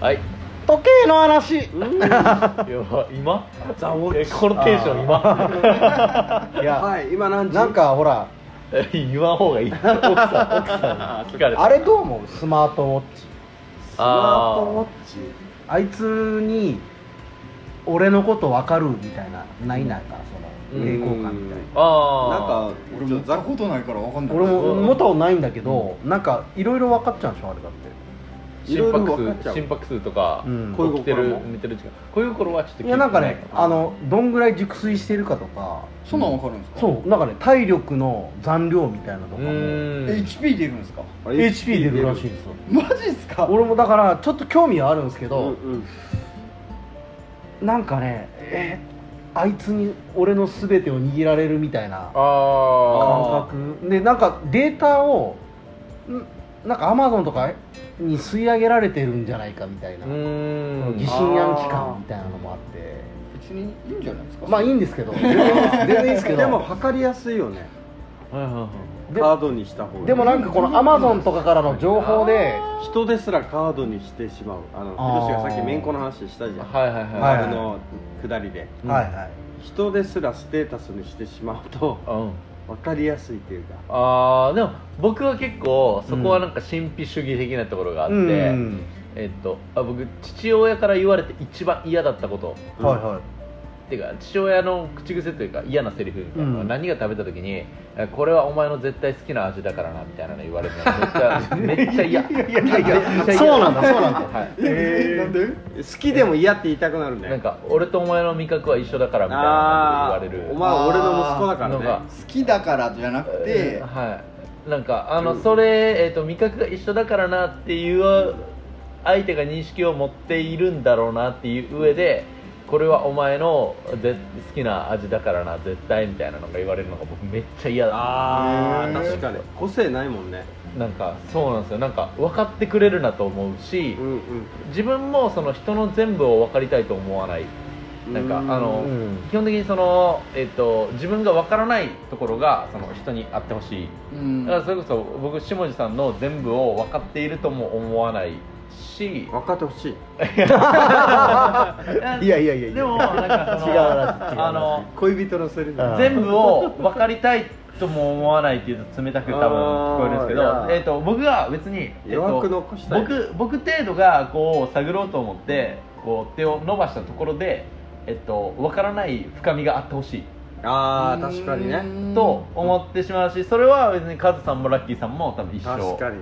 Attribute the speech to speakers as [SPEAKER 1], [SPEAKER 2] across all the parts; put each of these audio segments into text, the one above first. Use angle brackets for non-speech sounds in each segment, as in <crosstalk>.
[SPEAKER 1] はい
[SPEAKER 2] 時計の話
[SPEAKER 1] いや今 <laughs>
[SPEAKER 3] ザウォ
[SPEAKER 1] え
[SPEAKER 3] ッチ
[SPEAKER 1] このテンション今
[SPEAKER 2] いや、
[SPEAKER 3] はい今何時
[SPEAKER 2] なんかほら
[SPEAKER 1] え言わん方がいい奥さん奥さんに聞かれた
[SPEAKER 2] あれどう思うスマートウォッチ
[SPEAKER 3] スマートウォッチ
[SPEAKER 2] あいつに俺のこと分かるみたいなないなんかその抵抗感みたいな
[SPEAKER 3] なん
[SPEAKER 1] あ
[SPEAKER 3] か
[SPEAKER 4] 俺もざことないからわかんない
[SPEAKER 2] 俺も持ったことないんだけど、なんかいろいろ分かっちゃうんでしょあれだって
[SPEAKER 1] ー
[SPEAKER 3] いろ
[SPEAKER 1] 心
[SPEAKER 3] いろ
[SPEAKER 1] 拍
[SPEAKER 3] 分かっちゃ
[SPEAKER 1] 数
[SPEAKER 3] う
[SPEAKER 1] 心拍数とか、
[SPEAKER 2] うん
[SPEAKER 3] こういう
[SPEAKER 1] 起きてる
[SPEAKER 3] 心も
[SPEAKER 1] 寝てる時間こういう頃はちょっと聞
[SPEAKER 2] い
[SPEAKER 1] て
[SPEAKER 2] やなんかね
[SPEAKER 1] い
[SPEAKER 2] あのどんぐらい熟睡してるかとか
[SPEAKER 4] そんなんわかるんですか
[SPEAKER 2] そうなんかね体力の残量みたいなのと
[SPEAKER 1] う
[SPEAKER 2] かも
[SPEAKER 1] ーん
[SPEAKER 4] HP 出るんですか
[SPEAKER 3] あれ
[SPEAKER 2] HP 出るらしいんですよ
[SPEAKER 4] マジっすか
[SPEAKER 2] 俺もだからちょっと興味はあるんですけ
[SPEAKER 3] うん
[SPEAKER 2] ど、
[SPEAKER 3] うん
[SPEAKER 2] なんかねえーあいつに俺の全てを握られるみたいな
[SPEAKER 1] あ
[SPEAKER 2] 感覚でなんかデータをんなんかアマゾンとかに吸い上げられてるんじゃないかみたい
[SPEAKER 1] ー
[SPEAKER 2] な、
[SPEAKER 1] うーん
[SPEAKER 2] 疑心暗鬼感みたいなのもあって
[SPEAKER 4] 別にいいんじゃないですか
[SPEAKER 2] まあいいんですけど <laughs> 全然いいですけど
[SPEAKER 3] でも測りやすいよね
[SPEAKER 1] はいはいはい
[SPEAKER 2] で
[SPEAKER 3] カードにした方がいい
[SPEAKER 2] でもなんかこのアマゾンとかからの情報で
[SPEAKER 3] 人ですらカードにしてしまうあの
[SPEAKER 2] あー
[SPEAKER 3] ヒロシがさっきめんこの話したじゃん、
[SPEAKER 1] はいはいはい
[SPEAKER 2] はい
[SPEAKER 3] あの下りで
[SPEAKER 1] うん
[SPEAKER 2] はい
[SPEAKER 3] 人ですらステータスにしてしまうと <laughs>
[SPEAKER 1] うん
[SPEAKER 3] 分かりやすいっていうか
[SPEAKER 1] あーでも僕は結構そこはなんか神秘主義的なところがあって、
[SPEAKER 2] うん
[SPEAKER 1] えっと、あ僕父親から言われて一番嫌だったこと
[SPEAKER 2] はいはい
[SPEAKER 1] っていうか父親の口癖というか嫌なセリフみたいなのが、
[SPEAKER 2] うん
[SPEAKER 1] 何が食べた時にえこれはお前の絶対好きな味だからなみたいなの言われるのがめ
[SPEAKER 2] <laughs>
[SPEAKER 1] っちゃめっちゃ嫌めっちゃ嫌
[SPEAKER 2] そうなんだそうなんだ
[SPEAKER 1] はい
[SPEAKER 4] えーなんで
[SPEAKER 3] 好きでも嫌って言いたくなるね
[SPEAKER 1] なんか俺とお前の味覚は一緒だからみたい
[SPEAKER 3] あ
[SPEAKER 1] な感じで言われる
[SPEAKER 3] ーお前は俺の息子だか
[SPEAKER 1] のが
[SPEAKER 3] らね
[SPEAKER 4] 好きだからじゃなくて
[SPEAKER 1] はい、なんかあの、それ、えー、と味覚が一緒だからなっていう相手が認識を持っているんだろうなっていう上でこれはお前のぜ好きな味だからな絶対みたいなのが言われるのが僕めっちゃ嫌だ
[SPEAKER 3] あ
[SPEAKER 4] へ
[SPEAKER 3] ー
[SPEAKER 4] ー
[SPEAKER 3] 確かに個性ないもんね
[SPEAKER 1] なんかそうなんですよなんか分かってくれるなと思うし
[SPEAKER 3] うんうん
[SPEAKER 1] 自分もその人の全部を分かりたいと思わないなんか
[SPEAKER 3] う
[SPEAKER 1] あの
[SPEAKER 2] うん
[SPEAKER 1] 基本的にその、えー、と自分が分からないところがその人にあってほしい
[SPEAKER 4] うん
[SPEAKER 1] だからそれこそ僕下地さんの全部を分かっているとも思わないし
[SPEAKER 3] 分かってほしい
[SPEAKER 2] <laughs> いやいやいやいや
[SPEAKER 1] でもなんかその
[SPEAKER 2] 違う話違う話
[SPEAKER 1] あの
[SPEAKER 3] 恋人のセリフ
[SPEAKER 2] あー
[SPEAKER 1] 全部を分かりたいとも思わないっていうと冷たく多分聞こえるんですけ
[SPEAKER 3] あ
[SPEAKER 1] ど、
[SPEAKER 3] ー
[SPEAKER 1] えー、と僕が別に、えーと
[SPEAKER 3] 弱く残したい
[SPEAKER 1] 僕僕程度がこう探ろうと思ってこう手を伸ばしたところで、えっと分からない深みがあってほしい
[SPEAKER 3] ああ確かにね
[SPEAKER 4] うん
[SPEAKER 1] と思ってしまうしそれは別にカズさんもラッキーさんも多分一
[SPEAKER 3] 確か
[SPEAKER 1] 緒
[SPEAKER 3] に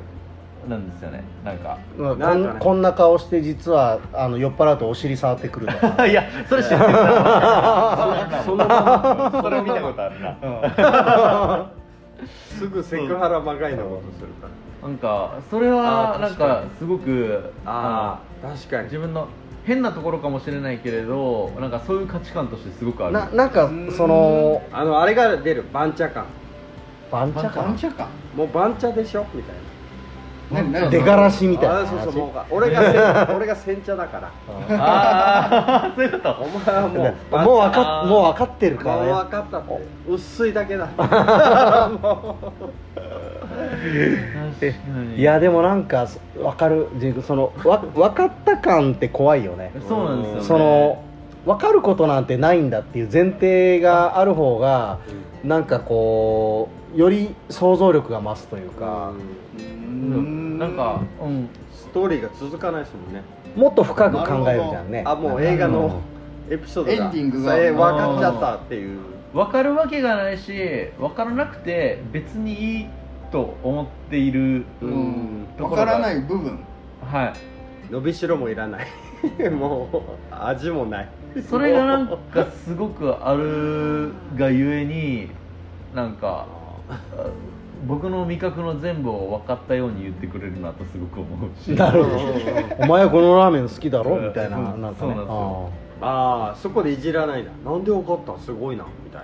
[SPEAKER 1] なんですよねなんか。 <laughs>
[SPEAKER 2] うんこ
[SPEAKER 3] なんか
[SPEAKER 2] ん
[SPEAKER 3] ね
[SPEAKER 2] こんな顔して実はあの酔っ払うとお尻触ってくるとか
[SPEAKER 3] <laughs>
[SPEAKER 1] いや、それ知ってるな。
[SPEAKER 3] そのまま
[SPEAKER 1] それ見たことあるな。
[SPEAKER 3] すぐセクハラまがいのことするから
[SPEAKER 1] なんか、それは、
[SPEAKER 3] あー
[SPEAKER 1] なんか、すごく、
[SPEAKER 3] あ
[SPEAKER 1] の
[SPEAKER 3] あ確かに
[SPEAKER 1] 自分の。変なところかもしれないけれど、なんかそういう価値観としてすごくある。
[SPEAKER 2] ななんかその
[SPEAKER 3] あのあれが出る番茶感
[SPEAKER 2] 番茶か
[SPEAKER 4] なんちゃか
[SPEAKER 3] もう番茶でしょみたい
[SPEAKER 4] 何何
[SPEAKER 2] 出がらしみたい
[SPEAKER 3] なあ
[SPEAKER 2] な
[SPEAKER 3] ーそうそうもう
[SPEAKER 2] 話
[SPEAKER 3] 俺がせ俺が煎茶だから
[SPEAKER 1] ああ、そういうこと。
[SPEAKER 3] お前はもう
[SPEAKER 2] ね
[SPEAKER 3] 番茶
[SPEAKER 2] もう分かっもう分かってるか
[SPEAKER 3] もう
[SPEAKER 2] らね
[SPEAKER 3] 分かったって薄いだけだも
[SPEAKER 2] いやでもなんかそ分かるジェイクそのわ分かった感って怖いよね
[SPEAKER 1] そうなんですよ、ね。
[SPEAKER 2] その分かることなんてないんだっていう前提がある方がなんかこうより想像力が増すという
[SPEAKER 3] う
[SPEAKER 2] か
[SPEAKER 3] か、
[SPEAKER 4] う
[SPEAKER 1] うん、なんか、うん、
[SPEAKER 3] ストーリーが続かないですもんね
[SPEAKER 2] もっと深く考えるじゃんね
[SPEAKER 3] あもう映画のエピソードが
[SPEAKER 4] エンディングが
[SPEAKER 3] それ分かっちゃったっていう
[SPEAKER 1] 分かるわけがないし、分からなくて、別にいいと思っている。
[SPEAKER 3] う
[SPEAKER 4] うんん
[SPEAKER 1] と
[SPEAKER 4] わ
[SPEAKER 1] ころが
[SPEAKER 4] からない部分
[SPEAKER 1] はい。
[SPEAKER 3] 伸びしろもいらない <laughs> もう味もない
[SPEAKER 1] それがなんかすごくあるがゆえになんか僕の味覚の全部を分かったように言ってくれるなとすごく思うし
[SPEAKER 2] なるほどお前はこのラーメン好きだろみたいな
[SPEAKER 1] うん
[SPEAKER 2] なんか
[SPEAKER 1] そう
[SPEAKER 2] ね
[SPEAKER 1] なんです
[SPEAKER 2] あ
[SPEAKER 1] よ
[SPEAKER 3] ああそこでいじらないななんで分かったすごいなみたい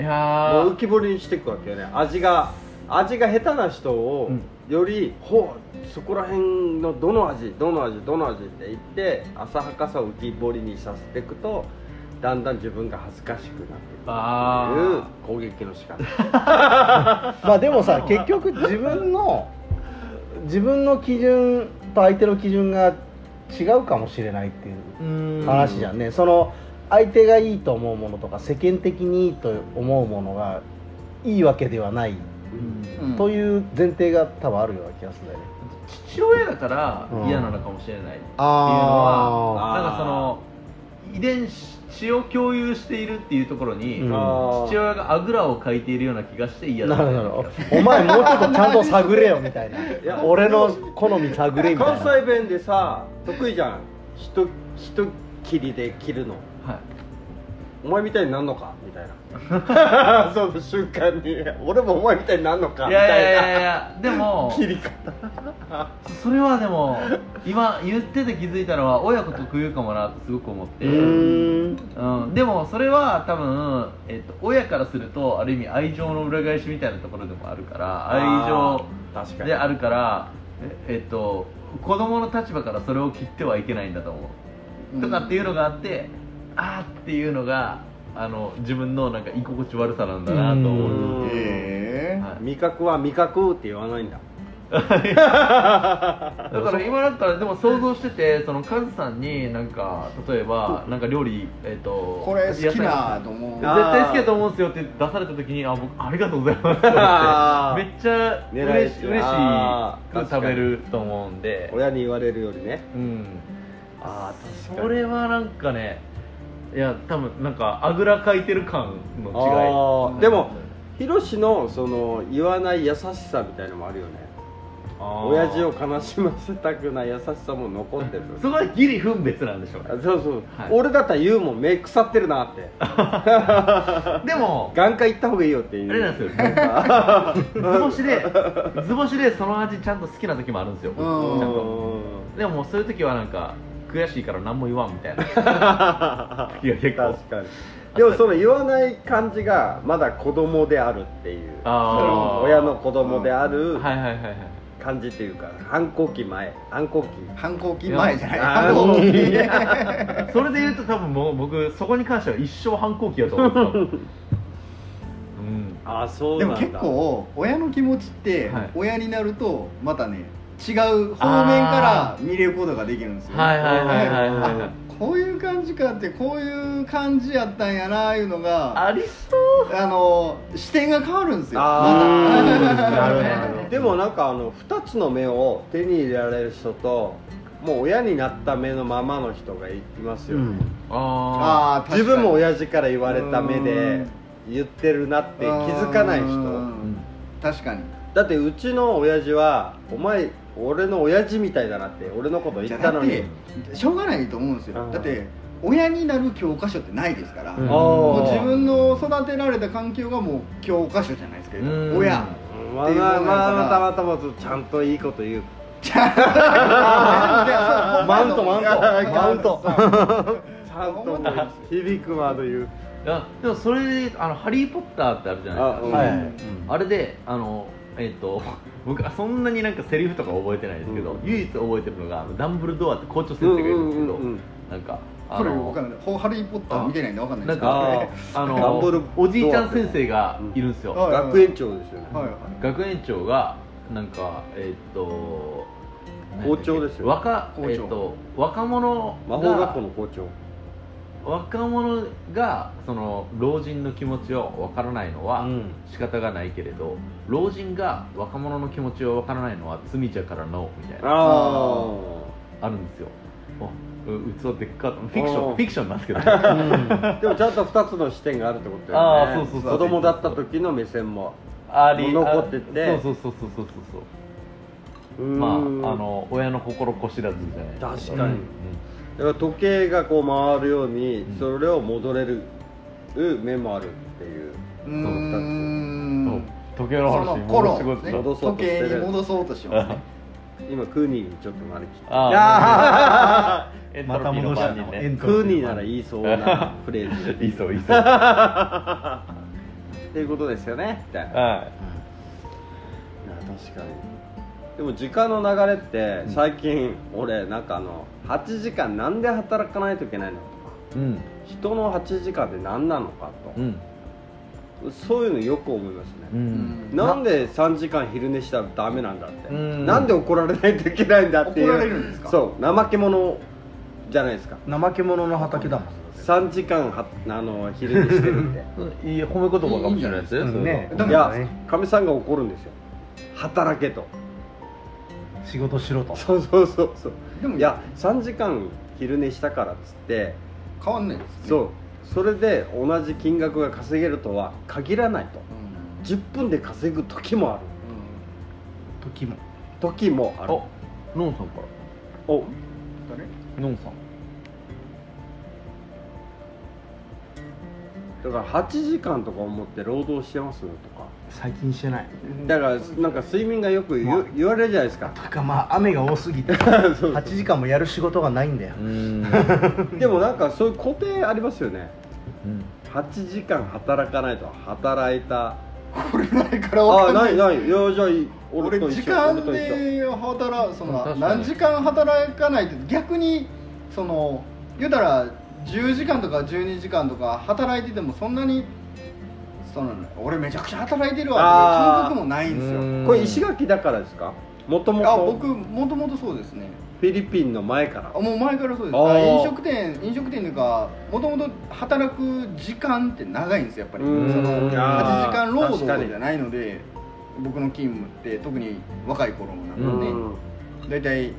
[SPEAKER 1] い
[SPEAKER 3] な
[SPEAKER 1] や
[SPEAKER 3] もう浮
[SPEAKER 1] ー
[SPEAKER 3] き彫りにしていくわけよね味が味が下手な人を
[SPEAKER 1] うん
[SPEAKER 3] より、ほうそこら辺のどの味どの味どの味って言って浅はかさを浮き彫りにさせていくとだんだん自分が恥ずかしくな
[SPEAKER 1] あー
[SPEAKER 3] っていくっていう攻撃の仕方
[SPEAKER 2] ーまあでもさ結局自分の自分の基準と相手の基準が違うかもしれないっていう
[SPEAKER 1] うん
[SPEAKER 2] 話じゃんね、その相手がいいと思うものとか世間的にいいと思うものがいいわけではない、
[SPEAKER 4] うん
[SPEAKER 2] という前提が多分あるような気がするんだよね
[SPEAKER 1] 父親だから
[SPEAKER 2] うん
[SPEAKER 1] 嫌なのかもしれない、
[SPEAKER 3] あー
[SPEAKER 1] なんかその遺伝子を共有しているっていうところに、
[SPEAKER 2] うん
[SPEAKER 1] 父親があぐらをかいているような気がして嫌だ
[SPEAKER 2] なるほどなるほどお前もうちょっとちゃんと探れよみたいない
[SPEAKER 3] や
[SPEAKER 2] 俺の好み探れみたい
[SPEAKER 3] 関
[SPEAKER 2] な
[SPEAKER 3] 西弁でさ得意じゃんひとひと切りで切るの
[SPEAKER 1] はい
[SPEAKER 3] お前みたいになんのかみたいな <laughs> その瞬間に俺もお前みたいになんのか
[SPEAKER 1] い
[SPEAKER 3] み
[SPEAKER 1] やいやい
[SPEAKER 3] た
[SPEAKER 1] やい
[SPEAKER 3] いな
[SPEAKER 1] やでも
[SPEAKER 3] 切り方
[SPEAKER 1] それはでも今言ってて気づいたのは親子特有かもなってすごく思っ
[SPEAKER 2] う
[SPEAKER 1] て、
[SPEAKER 2] ーん
[SPEAKER 1] うん、でもそれは多分、えっと親からするとある意味愛情の裏返しみたいなところでもあるから愛情
[SPEAKER 3] 確かに
[SPEAKER 1] であるからええっと子供の立場からそれを切ってはいけないんだと思う、とかっていうのがあってあーっていうのがあの自分のなんか居心地悪さなんだなと思う
[SPEAKER 3] うん
[SPEAKER 4] え
[SPEAKER 1] はい
[SPEAKER 3] 味覚は味覚って言わない
[SPEAKER 1] <laughs>
[SPEAKER 3] んだ
[SPEAKER 1] だから今だったらでも想像しててそのカズさんになんか例えばなんか料理えっ、と
[SPEAKER 4] ーこれ好き
[SPEAKER 1] 野
[SPEAKER 4] なと思う
[SPEAKER 1] 菜絶対好きだと思うんですよって出された時にあ僕ありがとうございますって思
[SPEAKER 3] <laughs> あー
[SPEAKER 1] ってめっちゃ
[SPEAKER 3] 狙
[SPEAKER 1] 嬉
[SPEAKER 3] え
[SPEAKER 1] して
[SPEAKER 3] る
[SPEAKER 1] 嬉し
[SPEAKER 3] あー
[SPEAKER 1] く食べると思うんで
[SPEAKER 3] 親に言われるよりね
[SPEAKER 1] うん
[SPEAKER 3] あー
[SPEAKER 1] それはなんかねいや多分なんかあぐらかいてる感の違い
[SPEAKER 3] あーでもヒロシのその言わない優しさみたいのもあるよね親父を悲しませたくない優しさも残ってる
[SPEAKER 1] <laughs> そこはギリ分別なんでしょうね
[SPEAKER 3] あそうそう、
[SPEAKER 1] はい
[SPEAKER 3] 俺だったら言うもん目腐ってるなって
[SPEAKER 1] でも
[SPEAKER 3] 眼科行った方がいいよって <laughs> 言う
[SPEAKER 1] あれなんですよ図星で図星でその味ちゃんと好きな時もあるんですよ、
[SPEAKER 4] うん
[SPEAKER 1] ちゃんとでももうそういう時はなんか悔しいから何も言わんみたいな
[SPEAKER 3] <laughs>
[SPEAKER 1] いや結構
[SPEAKER 3] 確かにでもその言わない感じがまだ子供であるっていう
[SPEAKER 1] あー
[SPEAKER 3] その親の子供である
[SPEAKER 1] はいはいはいはい
[SPEAKER 3] 感じっていうか反抗期前反抗期
[SPEAKER 4] 反抗期前じゃない
[SPEAKER 3] あ
[SPEAKER 4] 反
[SPEAKER 3] ー
[SPEAKER 4] 抗
[SPEAKER 1] <laughs>
[SPEAKER 4] 期
[SPEAKER 1] それで言うと多分もう僕そこに関しては一生反抗期やと思う多
[SPEAKER 3] <laughs>
[SPEAKER 1] 分うん
[SPEAKER 3] ああそう
[SPEAKER 4] でも結構親の気持ちって
[SPEAKER 1] はい
[SPEAKER 4] 親になるとまたね違う方面から見れることができるんですよ
[SPEAKER 1] はいはいはいはいはいはい
[SPEAKER 4] こういう感じかってこういう感じやったんやないうのがあ
[SPEAKER 1] ありそう
[SPEAKER 4] の視点が変わるんですよ
[SPEAKER 3] あー
[SPEAKER 4] また
[SPEAKER 1] なるほどなるほど
[SPEAKER 3] <laughs> でもなんかあの2つの目を手に入れられる人ともう親になった目のままの人がいます
[SPEAKER 2] う
[SPEAKER 3] よね、
[SPEAKER 2] ん
[SPEAKER 1] あ
[SPEAKER 4] あー確かに
[SPEAKER 3] 自分も親父から言われた目
[SPEAKER 4] う
[SPEAKER 3] で
[SPEAKER 4] ん
[SPEAKER 3] 言ってるなって気づかない
[SPEAKER 4] うん
[SPEAKER 3] 人
[SPEAKER 4] 確かに
[SPEAKER 3] だってうちの親父は「お前俺の親父みたいだな」って俺のこと
[SPEAKER 4] じ
[SPEAKER 3] 言
[SPEAKER 4] ゃ
[SPEAKER 3] った
[SPEAKER 4] あだ
[SPEAKER 3] の
[SPEAKER 4] っ
[SPEAKER 3] に
[SPEAKER 4] てしょうがないと思うんですよ
[SPEAKER 3] うん
[SPEAKER 4] だって親になる教科書ってないですから、
[SPEAKER 2] うん
[SPEAKER 4] もう自
[SPEAKER 3] あ
[SPEAKER 4] 分の育てられた環境がもう教科書じゃないですけど
[SPEAKER 1] うん
[SPEAKER 4] 親
[SPEAKER 3] あまあまあまたまたまたちゃんといいこと言う
[SPEAKER 2] マウントマウントマウント
[SPEAKER 3] ちゃんともう響くまで言う
[SPEAKER 1] ーあでもそれであの「ハリー・ポッター」ってあるじゃないですか
[SPEAKER 3] あうん
[SPEAKER 2] はい、
[SPEAKER 1] あれであのえっ、と <laughs> 僕はそんなになんかセリフとか覚えてないですけど、
[SPEAKER 3] うん
[SPEAKER 1] 唯一覚えてるのがあのダンブルドアって校長先生がいるんですけど、なんかあ
[SPEAKER 4] これわか
[SPEAKER 1] の
[SPEAKER 4] んないほハリー・ポッター見てないんでわかんない
[SPEAKER 1] なん
[SPEAKER 4] です
[SPEAKER 1] かあ
[SPEAKER 3] ダンブ
[SPEAKER 1] の
[SPEAKER 3] ルドア
[SPEAKER 1] おじいちゃん先生がいるんですよ、
[SPEAKER 4] はい
[SPEAKER 3] 学園長ですよね、
[SPEAKER 4] はい
[SPEAKER 1] 学園長がなんかえっ、と
[SPEAKER 3] 校長ですよ
[SPEAKER 1] 若,、え
[SPEAKER 4] 校長
[SPEAKER 1] っと若者が
[SPEAKER 3] 魔法学校の校長
[SPEAKER 1] 若者がその老人の気持ちをわからないのは、
[SPEAKER 3] うん
[SPEAKER 1] 仕方がないけれど老人が若者の気持ちをわからないのは罪じゃからのみたいな
[SPEAKER 3] あ
[SPEAKER 1] あるんですよあう器でっかフィクショ
[SPEAKER 3] お
[SPEAKER 1] ン
[SPEAKER 3] ー
[SPEAKER 1] フィクションなんですけど
[SPEAKER 2] うん
[SPEAKER 3] あでもちゃんと2つの視点があるってことだよね
[SPEAKER 1] あーそうそうそう
[SPEAKER 3] 子供だった時の目線も
[SPEAKER 1] <laughs> あ
[SPEAKER 3] 残ってて
[SPEAKER 1] あそうそうそうそうそうそうそうまああの親の心こ知らずじゃないです
[SPEAKER 3] 確かにだから時計がこう回るように
[SPEAKER 1] うん
[SPEAKER 3] それを戻れる目もあるっていう
[SPEAKER 4] うー
[SPEAKER 1] うん
[SPEAKER 4] ん
[SPEAKER 1] そう時計の
[SPEAKER 4] そ
[SPEAKER 1] 話
[SPEAKER 4] の頃
[SPEAKER 1] 戻し
[SPEAKER 4] ですね
[SPEAKER 1] てこ
[SPEAKER 3] 戻そうとし
[SPEAKER 4] 時
[SPEAKER 3] て
[SPEAKER 4] 計
[SPEAKER 3] る
[SPEAKER 4] に戻そうとしてますね
[SPEAKER 3] 今クーニーにちょっとなりきって
[SPEAKER 1] あー
[SPEAKER 2] また戻したの
[SPEAKER 1] エントロピーの番人
[SPEAKER 2] エン
[SPEAKER 1] ね
[SPEAKER 2] ト
[SPEAKER 3] クーニーなら言いそうなフレ
[SPEAKER 1] <laughs>
[SPEAKER 3] ーズ
[SPEAKER 1] いいそういいそうは
[SPEAKER 3] っていうことですよねみたいないや
[SPEAKER 1] い
[SPEAKER 3] 確かにでも時間の流れって
[SPEAKER 1] うん
[SPEAKER 3] 最近俺なんかあの8時間なんで働かないといけないのとか
[SPEAKER 1] うん
[SPEAKER 3] 人の8時間って何なのかと
[SPEAKER 1] うん
[SPEAKER 3] そういうのよく思います
[SPEAKER 1] う
[SPEAKER 3] ね、
[SPEAKER 1] ん
[SPEAKER 3] なんで3時間昼寝したらダメなんだって、
[SPEAKER 1] うん
[SPEAKER 3] なんで怒られないといけないんだっていう
[SPEAKER 4] 怒られるんですか
[SPEAKER 3] そう怠け者じゃないですか
[SPEAKER 2] 怠け者の畑だもん
[SPEAKER 3] 3時間はあの昼寝してるって <laughs>
[SPEAKER 1] いい褒め言葉かもしれないですね
[SPEAKER 2] いいんじゃないですか
[SPEAKER 1] それ
[SPEAKER 4] だ
[SPEAKER 1] はい
[SPEAKER 2] から
[SPEAKER 3] や
[SPEAKER 2] ね
[SPEAKER 3] かみさんが怒るんですよ働けと
[SPEAKER 2] 仕事しろと
[SPEAKER 3] そうそうそうそう
[SPEAKER 4] でも
[SPEAKER 3] いや3時間昼寝したからっつって
[SPEAKER 4] 変わんないですね
[SPEAKER 3] そうそれで同じ金額が稼げるとは限らないと
[SPEAKER 4] うん
[SPEAKER 3] 10分で稼ぐ時もある
[SPEAKER 2] 時も
[SPEAKER 3] 時もある
[SPEAKER 1] おノンさんか
[SPEAKER 3] お
[SPEAKER 4] 誰
[SPEAKER 1] らノンさん
[SPEAKER 3] だから8時間とか思って労働してますとか
[SPEAKER 2] 最近してない
[SPEAKER 3] だからなんか睡眠がよく言,、
[SPEAKER 2] まあ
[SPEAKER 3] 言われるじゃないですか
[SPEAKER 2] とかまあ雨が多す
[SPEAKER 4] <laughs>
[SPEAKER 2] ぎて
[SPEAKER 3] <laughs> そう
[SPEAKER 2] 8時間もやる仕事がないんだよ
[SPEAKER 1] うーん
[SPEAKER 3] でもなんかそういう固定ありますよね
[SPEAKER 1] うん
[SPEAKER 3] 8時間働かないと働いた
[SPEAKER 4] これないから
[SPEAKER 3] あ
[SPEAKER 4] わかんない
[SPEAKER 3] ないないいやじゃあい俺
[SPEAKER 4] 俺
[SPEAKER 3] と一緒
[SPEAKER 4] 時間
[SPEAKER 3] 俺と一緒
[SPEAKER 4] で働そ
[SPEAKER 1] うん確か
[SPEAKER 4] の
[SPEAKER 1] に
[SPEAKER 4] 何時間働かないと逆にその言うたら10時間とか12時間とか働いててもそんなにその俺めちゃくちゃ働いてるわっていう感覚もないんですよ
[SPEAKER 3] これ石垣だからですかもとも
[SPEAKER 4] あ
[SPEAKER 3] と
[SPEAKER 4] 僕もともとそうですね
[SPEAKER 3] フィリピンの前から
[SPEAKER 4] あもう前からそうです
[SPEAKER 3] あ
[SPEAKER 4] あ
[SPEAKER 3] ー
[SPEAKER 4] 飲食店飲食店というかもともと働く時間って長いんですよやっぱりそ
[SPEAKER 1] ん
[SPEAKER 4] の
[SPEAKER 1] うん
[SPEAKER 4] 8
[SPEAKER 1] あ
[SPEAKER 4] 時間労働じゃないので僕の勤務って特に若い頃なんか
[SPEAKER 1] う
[SPEAKER 4] ね、大体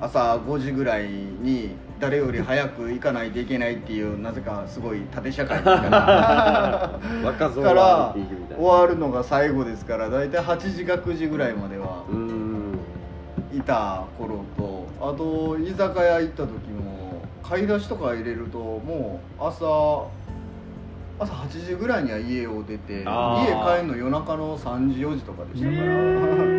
[SPEAKER 4] 朝5時ぐらいに誰より早く行かないといけないっていうなぜかすごい縦社会です
[SPEAKER 3] <laughs>
[SPEAKER 4] から
[SPEAKER 3] うん若造
[SPEAKER 4] か
[SPEAKER 3] は
[SPEAKER 4] ら
[SPEAKER 3] 歩いていくみたい
[SPEAKER 4] 終
[SPEAKER 3] な
[SPEAKER 4] わるのが最後ですから大体8時か9時ぐらいまでは
[SPEAKER 3] うん
[SPEAKER 4] いた頃とあと居酒屋行った時も買い出しとか入れるともう朝朝8時ぐらいには家を出て家
[SPEAKER 3] あー
[SPEAKER 4] 帰るの夜中の3時4時とかでしたから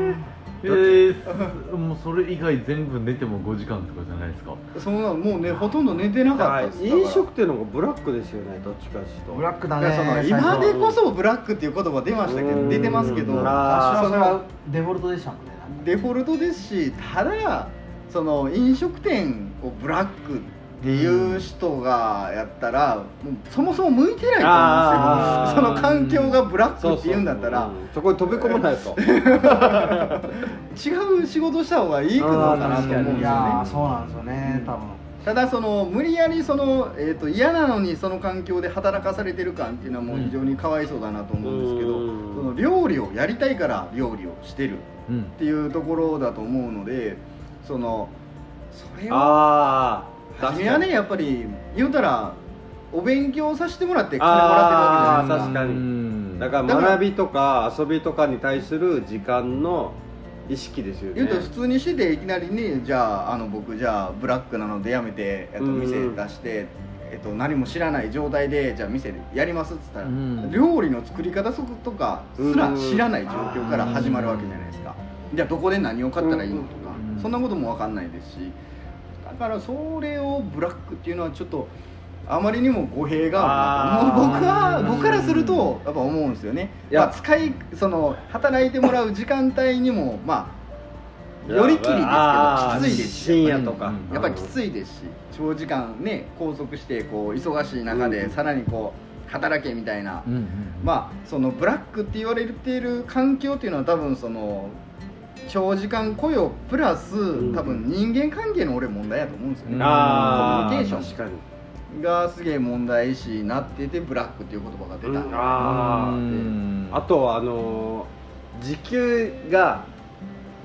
[SPEAKER 1] えー、もうそれ以外全部寝ても5時間とかじゃないですか
[SPEAKER 4] <laughs> そんなもうねほとんど寝てなかったですだから
[SPEAKER 3] 飲食店の方がブラックですよねどっちかっていうと
[SPEAKER 2] ブラックだ
[SPEAKER 4] いやその
[SPEAKER 2] ね
[SPEAKER 4] 今
[SPEAKER 2] 最
[SPEAKER 4] で
[SPEAKER 2] 近
[SPEAKER 4] こそブラックっていう言葉出ましたけ
[SPEAKER 3] うん
[SPEAKER 4] ど出てますけど
[SPEAKER 3] うん
[SPEAKER 2] 昔は
[SPEAKER 4] そ
[SPEAKER 2] それは
[SPEAKER 4] の
[SPEAKER 2] デフォルトでしたもんねなんか
[SPEAKER 4] デフォルトですしただその飲食店をブラックっていう人がやったら、もうそもそも向いてないと
[SPEAKER 3] あー
[SPEAKER 4] 思うんですよその環境がブラックって言うんだったら
[SPEAKER 3] んそこに飛び込まないと
[SPEAKER 4] 違う仕事した方がいいことかなと思うん
[SPEAKER 2] い
[SPEAKER 4] で
[SPEAKER 2] や
[SPEAKER 4] すよね
[SPEAKER 2] ーそうなんですよね多分
[SPEAKER 4] ただその無理やりその、えー、と嫌なのにその環境で働かされてる感っていうのはもう非常にかわいそうだなと思うんですけど、
[SPEAKER 3] うん
[SPEAKER 4] その料理をやりたいから料理をしてる
[SPEAKER 1] うん
[SPEAKER 4] っていうところだと思うのでそのそれを
[SPEAKER 3] ああ
[SPEAKER 4] 初めはねやっぱり言うたらお勉強させてもらって金もら
[SPEAKER 3] あ
[SPEAKER 4] っ
[SPEAKER 3] ー
[SPEAKER 4] てるわけじゃない
[SPEAKER 3] 確かに
[SPEAKER 4] です
[SPEAKER 1] うん
[SPEAKER 3] だから学びとか遊びとかに対する時間の意識ですよね
[SPEAKER 4] 言うと普通にしてていきなりねじゃああの僕じゃあブラックなのでやめて、えっと、
[SPEAKER 3] うん
[SPEAKER 4] 店出して、えっと、何も知らない状態でじゃあ店でやりますっつったら、
[SPEAKER 1] うん
[SPEAKER 4] 料理の作り方そことかすら知らない状況から始まるわけじゃないですか、じゃあどこで何を買ったらいいのとか、
[SPEAKER 1] うん
[SPEAKER 4] そんなことも分かんないですしだからそれをブラックっていうのはちょっとあまりにも語弊があるなともう僕
[SPEAKER 1] あ
[SPEAKER 4] は
[SPEAKER 1] ー
[SPEAKER 4] 僕からするとやっぱ思うんですよね
[SPEAKER 3] いや
[SPEAKER 4] まあ使いその働いてもらう時間帯にもまあよりきり
[SPEAKER 3] あー
[SPEAKER 4] ですけどきついですし
[SPEAKER 3] 深夜とか、
[SPEAKER 1] うん
[SPEAKER 4] やっぱりきついですし長時間ね拘束してこう忙しい中
[SPEAKER 3] う
[SPEAKER 4] で
[SPEAKER 3] ん
[SPEAKER 4] さらにこう働けみたいな、
[SPEAKER 1] うんうん
[SPEAKER 4] まあそのブラックって言われている環境っていうのは多分その長時間雇用プラス
[SPEAKER 3] ん
[SPEAKER 4] 多分人間関係の俺問題やと思うんですよね、
[SPEAKER 1] うん
[SPEAKER 3] ああ
[SPEAKER 4] コミュニケーション
[SPEAKER 3] 確かに
[SPEAKER 4] がすげえ問題視なっててブラックっていう言葉が出た、
[SPEAKER 3] うんあ
[SPEAKER 1] う
[SPEAKER 3] ー
[SPEAKER 1] ん
[SPEAKER 3] あとはあのー時給が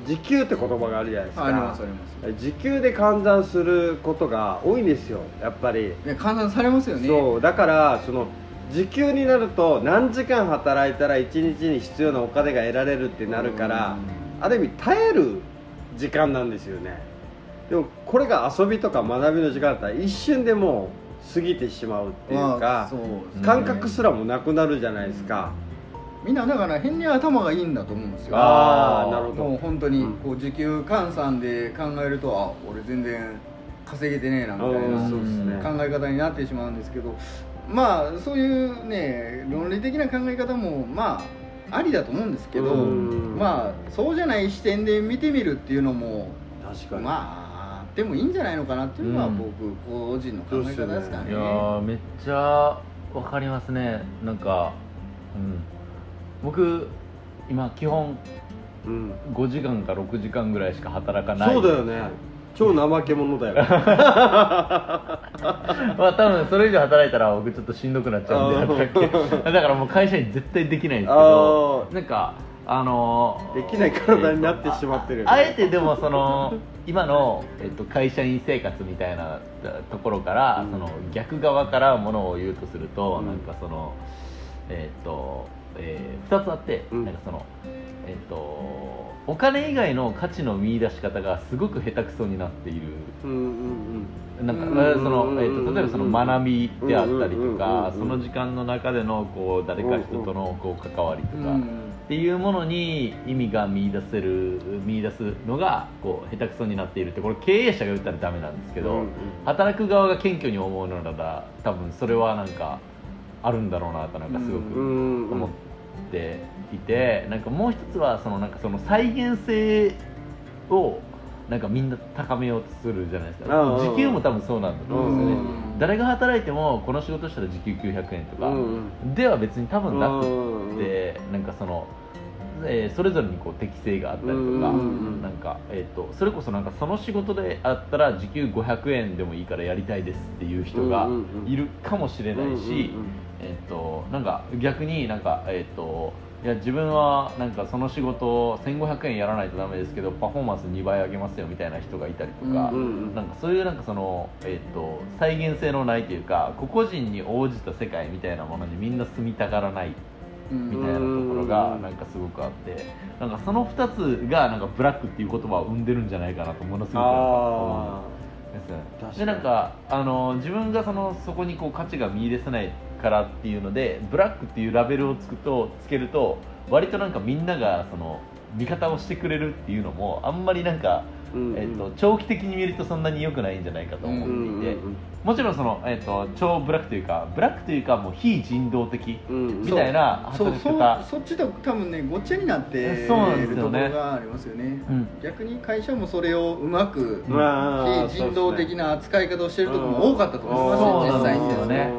[SPEAKER 3] 時給って言葉があるじゃないですか
[SPEAKER 4] ありますあります
[SPEAKER 3] 時給で換算することが多いんですよやっぱり、
[SPEAKER 4] ね換算されますよね
[SPEAKER 3] そうだからその時給になると何時間働いたら1日に必要なお金が得られるってなるからある意味耐える時間なんですよねでもこれが遊びとか学びの時間だったら一瞬でもう過ぎてしまうっていうか、
[SPEAKER 4] まあそうですね
[SPEAKER 3] 感覚すらもなくなるじゃないですか、
[SPEAKER 4] みんなだから変に頭がいいんだと思うんですよ
[SPEAKER 3] ああなるほ
[SPEAKER 4] もう
[SPEAKER 3] ど
[SPEAKER 4] 本当にこう時給換算で考えるとあ俺全然稼げてねえなみたい
[SPEAKER 3] うん
[SPEAKER 4] な
[SPEAKER 3] そうですね
[SPEAKER 4] 考え方になってしまうんですけどまあそういうね論理的な考え方もまあありだと思うんですけど
[SPEAKER 3] うん
[SPEAKER 4] まあそうじゃない視点で見てみるっていうのも
[SPEAKER 3] 確かに、
[SPEAKER 4] まあでもいいんじゃないのかなっていうのは
[SPEAKER 1] うん
[SPEAKER 4] 僕個人の考え方ですか
[SPEAKER 1] いや
[SPEAKER 4] ね
[SPEAKER 1] ーめっちゃわかりますねなんかううん、僕今基本
[SPEAKER 3] うん、
[SPEAKER 1] 5時間か6時間ぐらいしか働かない
[SPEAKER 3] そうだよね超怠け者だよ
[SPEAKER 1] まあ多分それ以上働いたら僕ちょっとしんどくなっちゃうんで
[SPEAKER 3] あ
[SPEAKER 1] 働きだからもう会社に絶対できないんですけど
[SPEAKER 3] あ
[SPEAKER 1] なんかあの
[SPEAKER 3] できない体になってしまってるよね
[SPEAKER 1] ああえてでもその今の、えっと、会社員生活みたいなところから、
[SPEAKER 3] うん
[SPEAKER 1] その逆側からものを言うとすると、
[SPEAKER 3] うん
[SPEAKER 1] なんかそのえっと、え2つあって、
[SPEAKER 3] うん
[SPEAKER 1] なんかそのえっとお金以外の価値の見出し方がすごく下手くそになっている
[SPEAKER 3] ーうんうん
[SPEAKER 1] なんか、
[SPEAKER 4] うん
[SPEAKER 1] その、えっと例えばその学びであったり
[SPEAKER 3] うんうんうんうんう
[SPEAKER 1] と
[SPEAKER 3] ん
[SPEAKER 1] か、その時間の中でのこう誰か人とのこう関わりと
[SPEAKER 4] う
[SPEAKER 1] か、っ
[SPEAKER 4] ん
[SPEAKER 1] ていうものに意味が見出せる見出すのがこう下手くそになっているってこれ経営者が言ったらダメなんですけ
[SPEAKER 3] け
[SPEAKER 1] ど、働く側が謙虚に思うのなら多分それはなんかあるんだろうなとなんかすご
[SPEAKER 3] う
[SPEAKER 1] く
[SPEAKER 3] ん
[SPEAKER 1] 思っていて、なんかもう一つはそのなんかその再現性をなんかみんな高めようとするじゃないです
[SPEAKER 3] うん
[SPEAKER 1] か時給も多分そうなんだと思うんですよね
[SPEAKER 4] うん
[SPEAKER 1] 誰が働いてもこの仕事したら時給900円と
[SPEAKER 3] う
[SPEAKER 1] か、
[SPEAKER 3] んうん
[SPEAKER 1] では別に多分なくて
[SPEAKER 3] うん
[SPEAKER 1] でなんかその、えーそれぞれにこう適性があったりとか、
[SPEAKER 3] うんうんうん
[SPEAKER 1] なんかえっ、とそれこそなんかその仕事であったら時給500円でもいいからやりたいですっていう人がいるかもしれないし、えっ、となんか逆になんかえっ、といや自分はなんかその仕事を1500円やらないとダメですけどパフォーマンス2倍上げますよみたいな人がいたりとか、
[SPEAKER 4] うん
[SPEAKER 3] うんうん
[SPEAKER 1] なんかそういうなんかその、えっと再現性のないというか個々人に応じた世界みたいなものにみんな住みたがらないみたいなところがなんかすごくあってなんかその2つがなんかブラックっていう言葉を生んでるんじゃないかなとものすごくなんか思
[SPEAKER 3] あ
[SPEAKER 1] うんですよね
[SPEAKER 3] 確かに
[SPEAKER 1] でなんかあの自分がそのそこにこう価値が見出せないからっていうのでブラックっていうラベルをつくとつけると割となんかみんながその味方をしてくれるっていうのもあんまりなんか、
[SPEAKER 3] ーうんうん
[SPEAKER 1] えっと長期的に見るとそんなに良くないんじゃないかと思
[SPEAKER 3] うんうん
[SPEAKER 1] っ
[SPEAKER 3] うん
[SPEAKER 1] ていてもちろんその、えっと超ブラックというかブラックというかもう非人道的
[SPEAKER 3] うんうん
[SPEAKER 1] みたいな
[SPEAKER 4] そう
[SPEAKER 1] 働き
[SPEAKER 4] そう
[SPEAKER 1] 方
[SPEAKER 4] そっちと多分ねごっちゃになってる
[SPEAKER 1] えそ
[SPEAKER 4] と
[SPEAKER 1] う
[SPEAKER 4] こ
[SPEAKER 1] なんですよ
[SPEAKER 4] ろ
[SPEAKER 1] ね
[SPEAKER 4] がありますよね
[SPEAKER 1] うん
[SPEAKER 4] 逆に会社もそれをうまく
[SPEAKER 1] うん
[SPEAKER 3] まあ
[SPEAKER 4] 非人道的な扱い方をしてるところも多かったと
[SPEAKER 1] そ
[SPEAKER 4] 思
[SPEAKER 1] う
[SPEAKER 4] い
[SPEAKER 1] な
[SPEAKER 4] ま
[SPEAKER 1] ん
[SPEAKER 4] す
[SPEAKER 1] で
[SPEAKER 4] ね
[SPEAKER 1] す
[SPEAKER 4] 実際に
[SPEAKER 1] よ
[SPEAKER 4] ですね
[SPEAKER 1] ね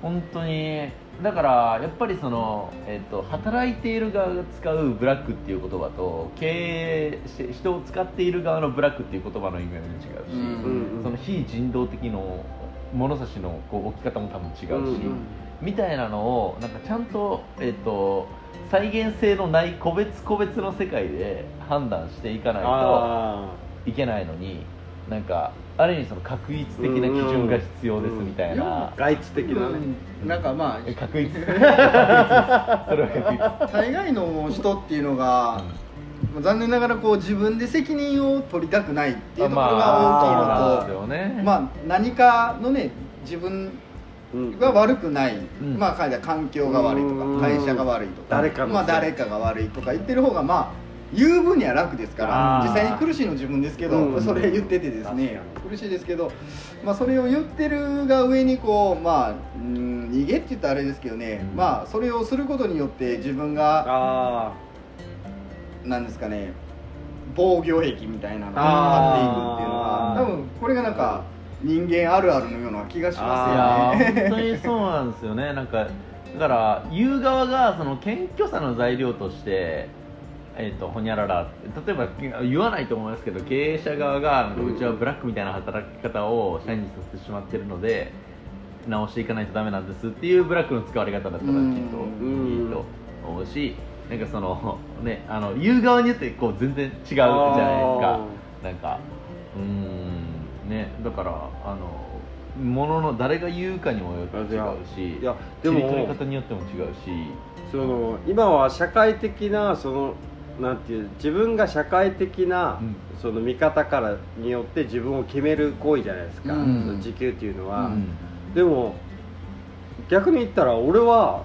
[SPEAKER 1] 本当にだからやっぱりその、えっと働いている側が使うブラックっていう言葉と経営して人を使っている側のブラックっていう言葉の意味も違うし、
[SPEAKER 4] うん
[SPEAKER 1] その非人道的の物差しのこう置き方も多分違うし、みたいなのをなんかちゃんと,、えっと再現性のない個別個別の世界で判断していかないと。
[SPEAKER 3] あ
[SPEAKER 1] いけないのになんかある意味その確一的な基準が必要ですみたいな、
[SPEAKER 3] あ外地的なね
[SPEAKER 4] うんなんかま
[SPEAKER 1] え <laughs>
[SPEAKER 4] あ
[SPEAKER 1] 確一それは
[SPEAKER 4] 大概の人っていうのが残念ながらこう自分で責任を取りたくないってい
[SPEAKER 1] 確一
[SPEAKER 4] うところが
[SPEAKER 1] そうなんで
[SPEAKER 4] 大き
[SPEAKER 1] す
[SPEAKER 4] いの
[SPEAKER 1] よね
[SPEAKER 4] とまあ何かのね自分
[SPEAKER 3] うん
[SPEAKER 4] が悪くない、
[SPEAKER 1] ん
[SPEAKER 4] まあ彼ら環境が悪いと
[SPEAKER 3] うん
[SPEAKER 4] か会社が悪いとか
[SPEAKER 3] 誰かのせい
[SPEAKER 4] まあ、誰かが悪いとか言ってる方がまあ言う分には楽ですか
[SPEAKER 1] あ
[SPEAKER 4] ら
[SPEAKER 1] ー
[SPEAKER 4] 実際に苦しいの自分ですけど、
[SPEAKER 3] うん
[SPEAKER 4] それ言っててですね
[SPEAKER 3] 確
[SPEAKER 4] 苦しいですけど、まあ、それを言ってるが上にこうまあうん逃げって言ったらあれですけどね、
[SPEAKER 1] うん
[SPEAKER 4] まあそれをすることによって自分が
[SPEAKER 3] あ
[SPEAKER 4] なんですかね防御壁みたいなのが
[SPEAKER 3] あー
[SPEAKER 4] 張っていくっていうのが多分これがなんか人間あるあるのような気がしま
[SPEAKER 1] い
[SPEAKER 4] す
[SPEAKER 1] や
[SPEAKER 4] よね。
[SPEAKER 1] 本当にそうなんですよねなんかだから言う側がその謙虚さの材料としてえっとほにゃらら例えば言わないと思いますけど経営者側がなんかうちはブラックみたいな働き方を社員にさせてしまってるので直していかないとダメなんですっていうブラックの使われ方だったらきっとい
[SPEAKER 4] うん
[SPEAKER 1] いと思うしなんかそのねあの言う側によってこう全然違うじゃないですか。なんかうーんねだからあのものの誰が言うかにもよって違うし
[SPEAKER 3] いやで
[SPEAKER 1] 切り取り
[SPEAKER 3] も
[SPEAKER 1] 方によっても違うし
[SPEAKER 3] その今は社会的なそのなんていう自分が社会的な、
[SPEAKER 1] うん
[SPEAKER 3] その見方からによって自分を決める行為じゃないですか、
[SPEAKER 4] うん
[SPEAKER 3] その時給っていうのは、
[SPEAKER 1] うん
[SPEAKER 3] でも逆に言ったら俺は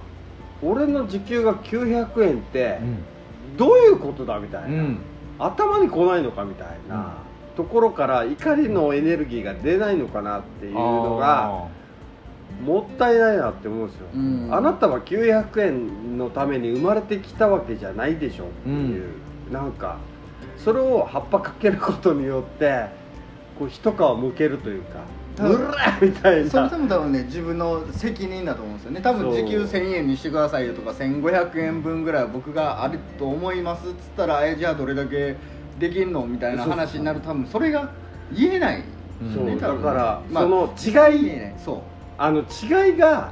[SPEAKER 3] 俺の時給が900円ってどういうことだみたいな、
[SPEAKER 1] うんうん
[SPEAKER 3] 頭に来ないのかみたいな、ところから怒りのエネルギーが出ないのかなっていうのがもったいないなって思うんですよ、
[SPEAKER 4] うん
[SPEAKER 3] あなたは900円のために生まれてきたわけじゃないでしょっていう、なんかそれを葉っぱかけることによってこう一皮むけるというか
[SPEAKER 4] 多
[SPEAKER 3] う
[SPEAKER 4] 分
[SPEAKER 3] らみたい
[SPEAKER 4] それ
[SPEAKER 3] な
[SPEAKER 4] でも多分ね自分の責任だと思うんですよね多分時給
[SPEAKER 3] そう
[SPEAKER 4] 1000円にしてくださいよとか1500円分ぐらい僕があると思いますっつったらえじゃあどれだけできんのみたいな話になる多分それが言えない
[SPEAKER 3] そ
[SPEAKER 1] うん
[SPEAKER 3] うだから、
[SPEAKER 4] まあ
[SPEAKER 3] その違い
[SPEAKER 4] 言えないそ
[SPEAKER 3] あの違いが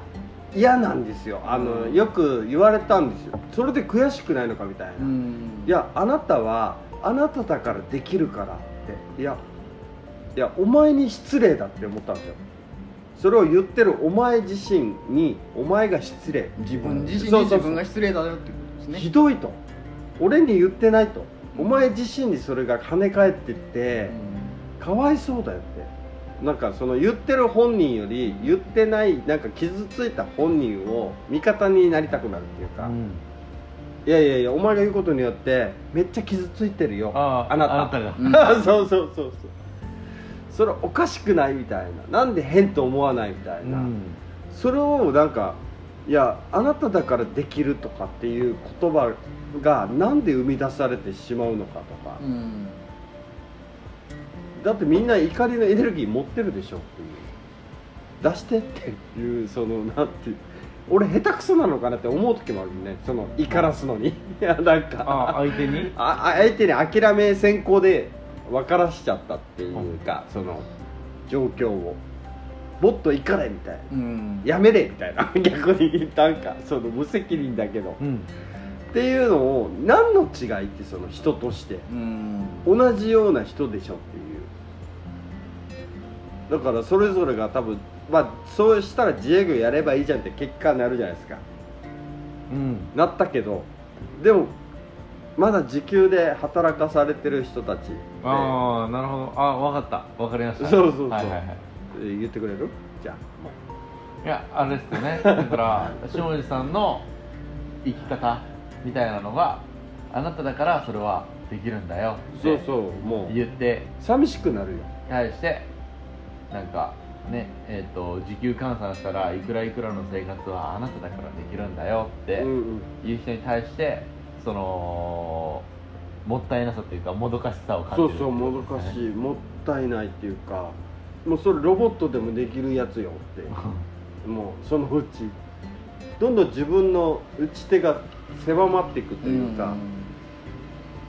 [SPEAKER 3] 嫌なんですよあのよく言われたんですよそれで悔しくないのかみたいな、
[SPEAKER 4] ううん
[SPEAKER 3] いやあなたはあなただからできるからっていやいやお前に失礼だって思ったんですよそれを言ってるお前自身にお前が失礼
[SPEAKER 4] 自分自身
[SPEAKER 3] そ
[SPEAKER 4] に
[SPEAKER 3] うそうそ
[SPEAKER 4] 自
[SPEAKER 3] う
[SPEAKER 4] 分が失礼だよってことですね
[SPEAKER 3] ひどいと俺に言ってないとお
[SPEAKER 4] うん
[SPEAKER 3] 前自身にそれが跳ね返ってって、かわいそうだよってなんかその言ってる本人より言ってないなんか傷ついた本人を味方になりたくなるっていうか、
[SPEAKER 2] うん
[SPEAKER 3] いやいやいやお前が言うことによってめっちゃ傷ついてるよ
[SPEAKER 1] ああ
[SPEAKER 3] あなた
[SPEAKER 1] あなたが
[SPEAKER 4] うん
[SPEAKER 3] <laughs> そうそうそうそうそれおかしくないみたいななんで変と思わないみたいな、それをなんかいやあなただからできるとかっていう言葉がなんで生み出されてしまうのかとか、
[SPEAKER 4] うん
[SPEAKER 3] だってみんな怒りのエネルギー持ってるでしょっていう出してっていうそのなんていう俺下手くそなのかなって思う時もあるもんねその怒らすのに <laughs> いやなん
[SPEAKER 1] あ
[SPEAKER 3] かあ
[SPEAKER 1] 相手に
[SPEAKER 3] あ相手に諦め先行で分からしちゃったっていうかその状況をもっと怒れみたいな
[SPEAKER 4] うん
[SPEAKER 3] やめれみたいな <laughs> 逆になんかその無責任だけど
[SPEAKER 1] うん
[SPEAKER 3] っていうのを何の違いってその人として
[SPEAKER 4] うん
[SPEAKER 3] 同じような人でしょっていうだからそれぞれが多分まあそうしたら自営業やればいいじゃんって結果になるじゃないですか
[SPEAKER 1] うん
[SPEAKER 3] なったけどでもまだ時給で働かされてる人たちって
[SPEAKER 1] ああなるほどあわかったわかりました
[SPEAKER 3] そうそうそう
[SPEAKER 1] はいはいはい
[SPEAKER 3] えー言ってくれるじゃ
[SPEAKER 1] いやあれですよ
[SPEAKER 3] <laughs>
[SPEAKER 1] ねだから下地さんの生き方みたいなのがあなただからそれはできるんだよ
[SPEAKER 3] あ
[SPEAKER 1] って
[SPEAKER 3] そうもう
[SPEAKER 1] 言って
[SPEAKER 3] 寂しくなるよ
[SPEAKER 1] 対してなんかねえっ、と時給換算したらいくらいくらの生活はあなただからできるんだよって
[SPEAKER 3] うんうん
[SPEAKER 1] いう人に対してそのもったいなさというかもどかしさを感じ
[SPEAKER 3] そ
[SPEAKER 1] る
[SPEAKER 3] うそうもど
[SPEAKER 1] <laughs>
[SPEAKER 3] かしいもったいないっていうかもうそれロボットでもできるやつよっ
[SPEAKER 1] い
[SPEAKER 3] てもうそのうちどんどん自分の打ち手が狭まっていくというか、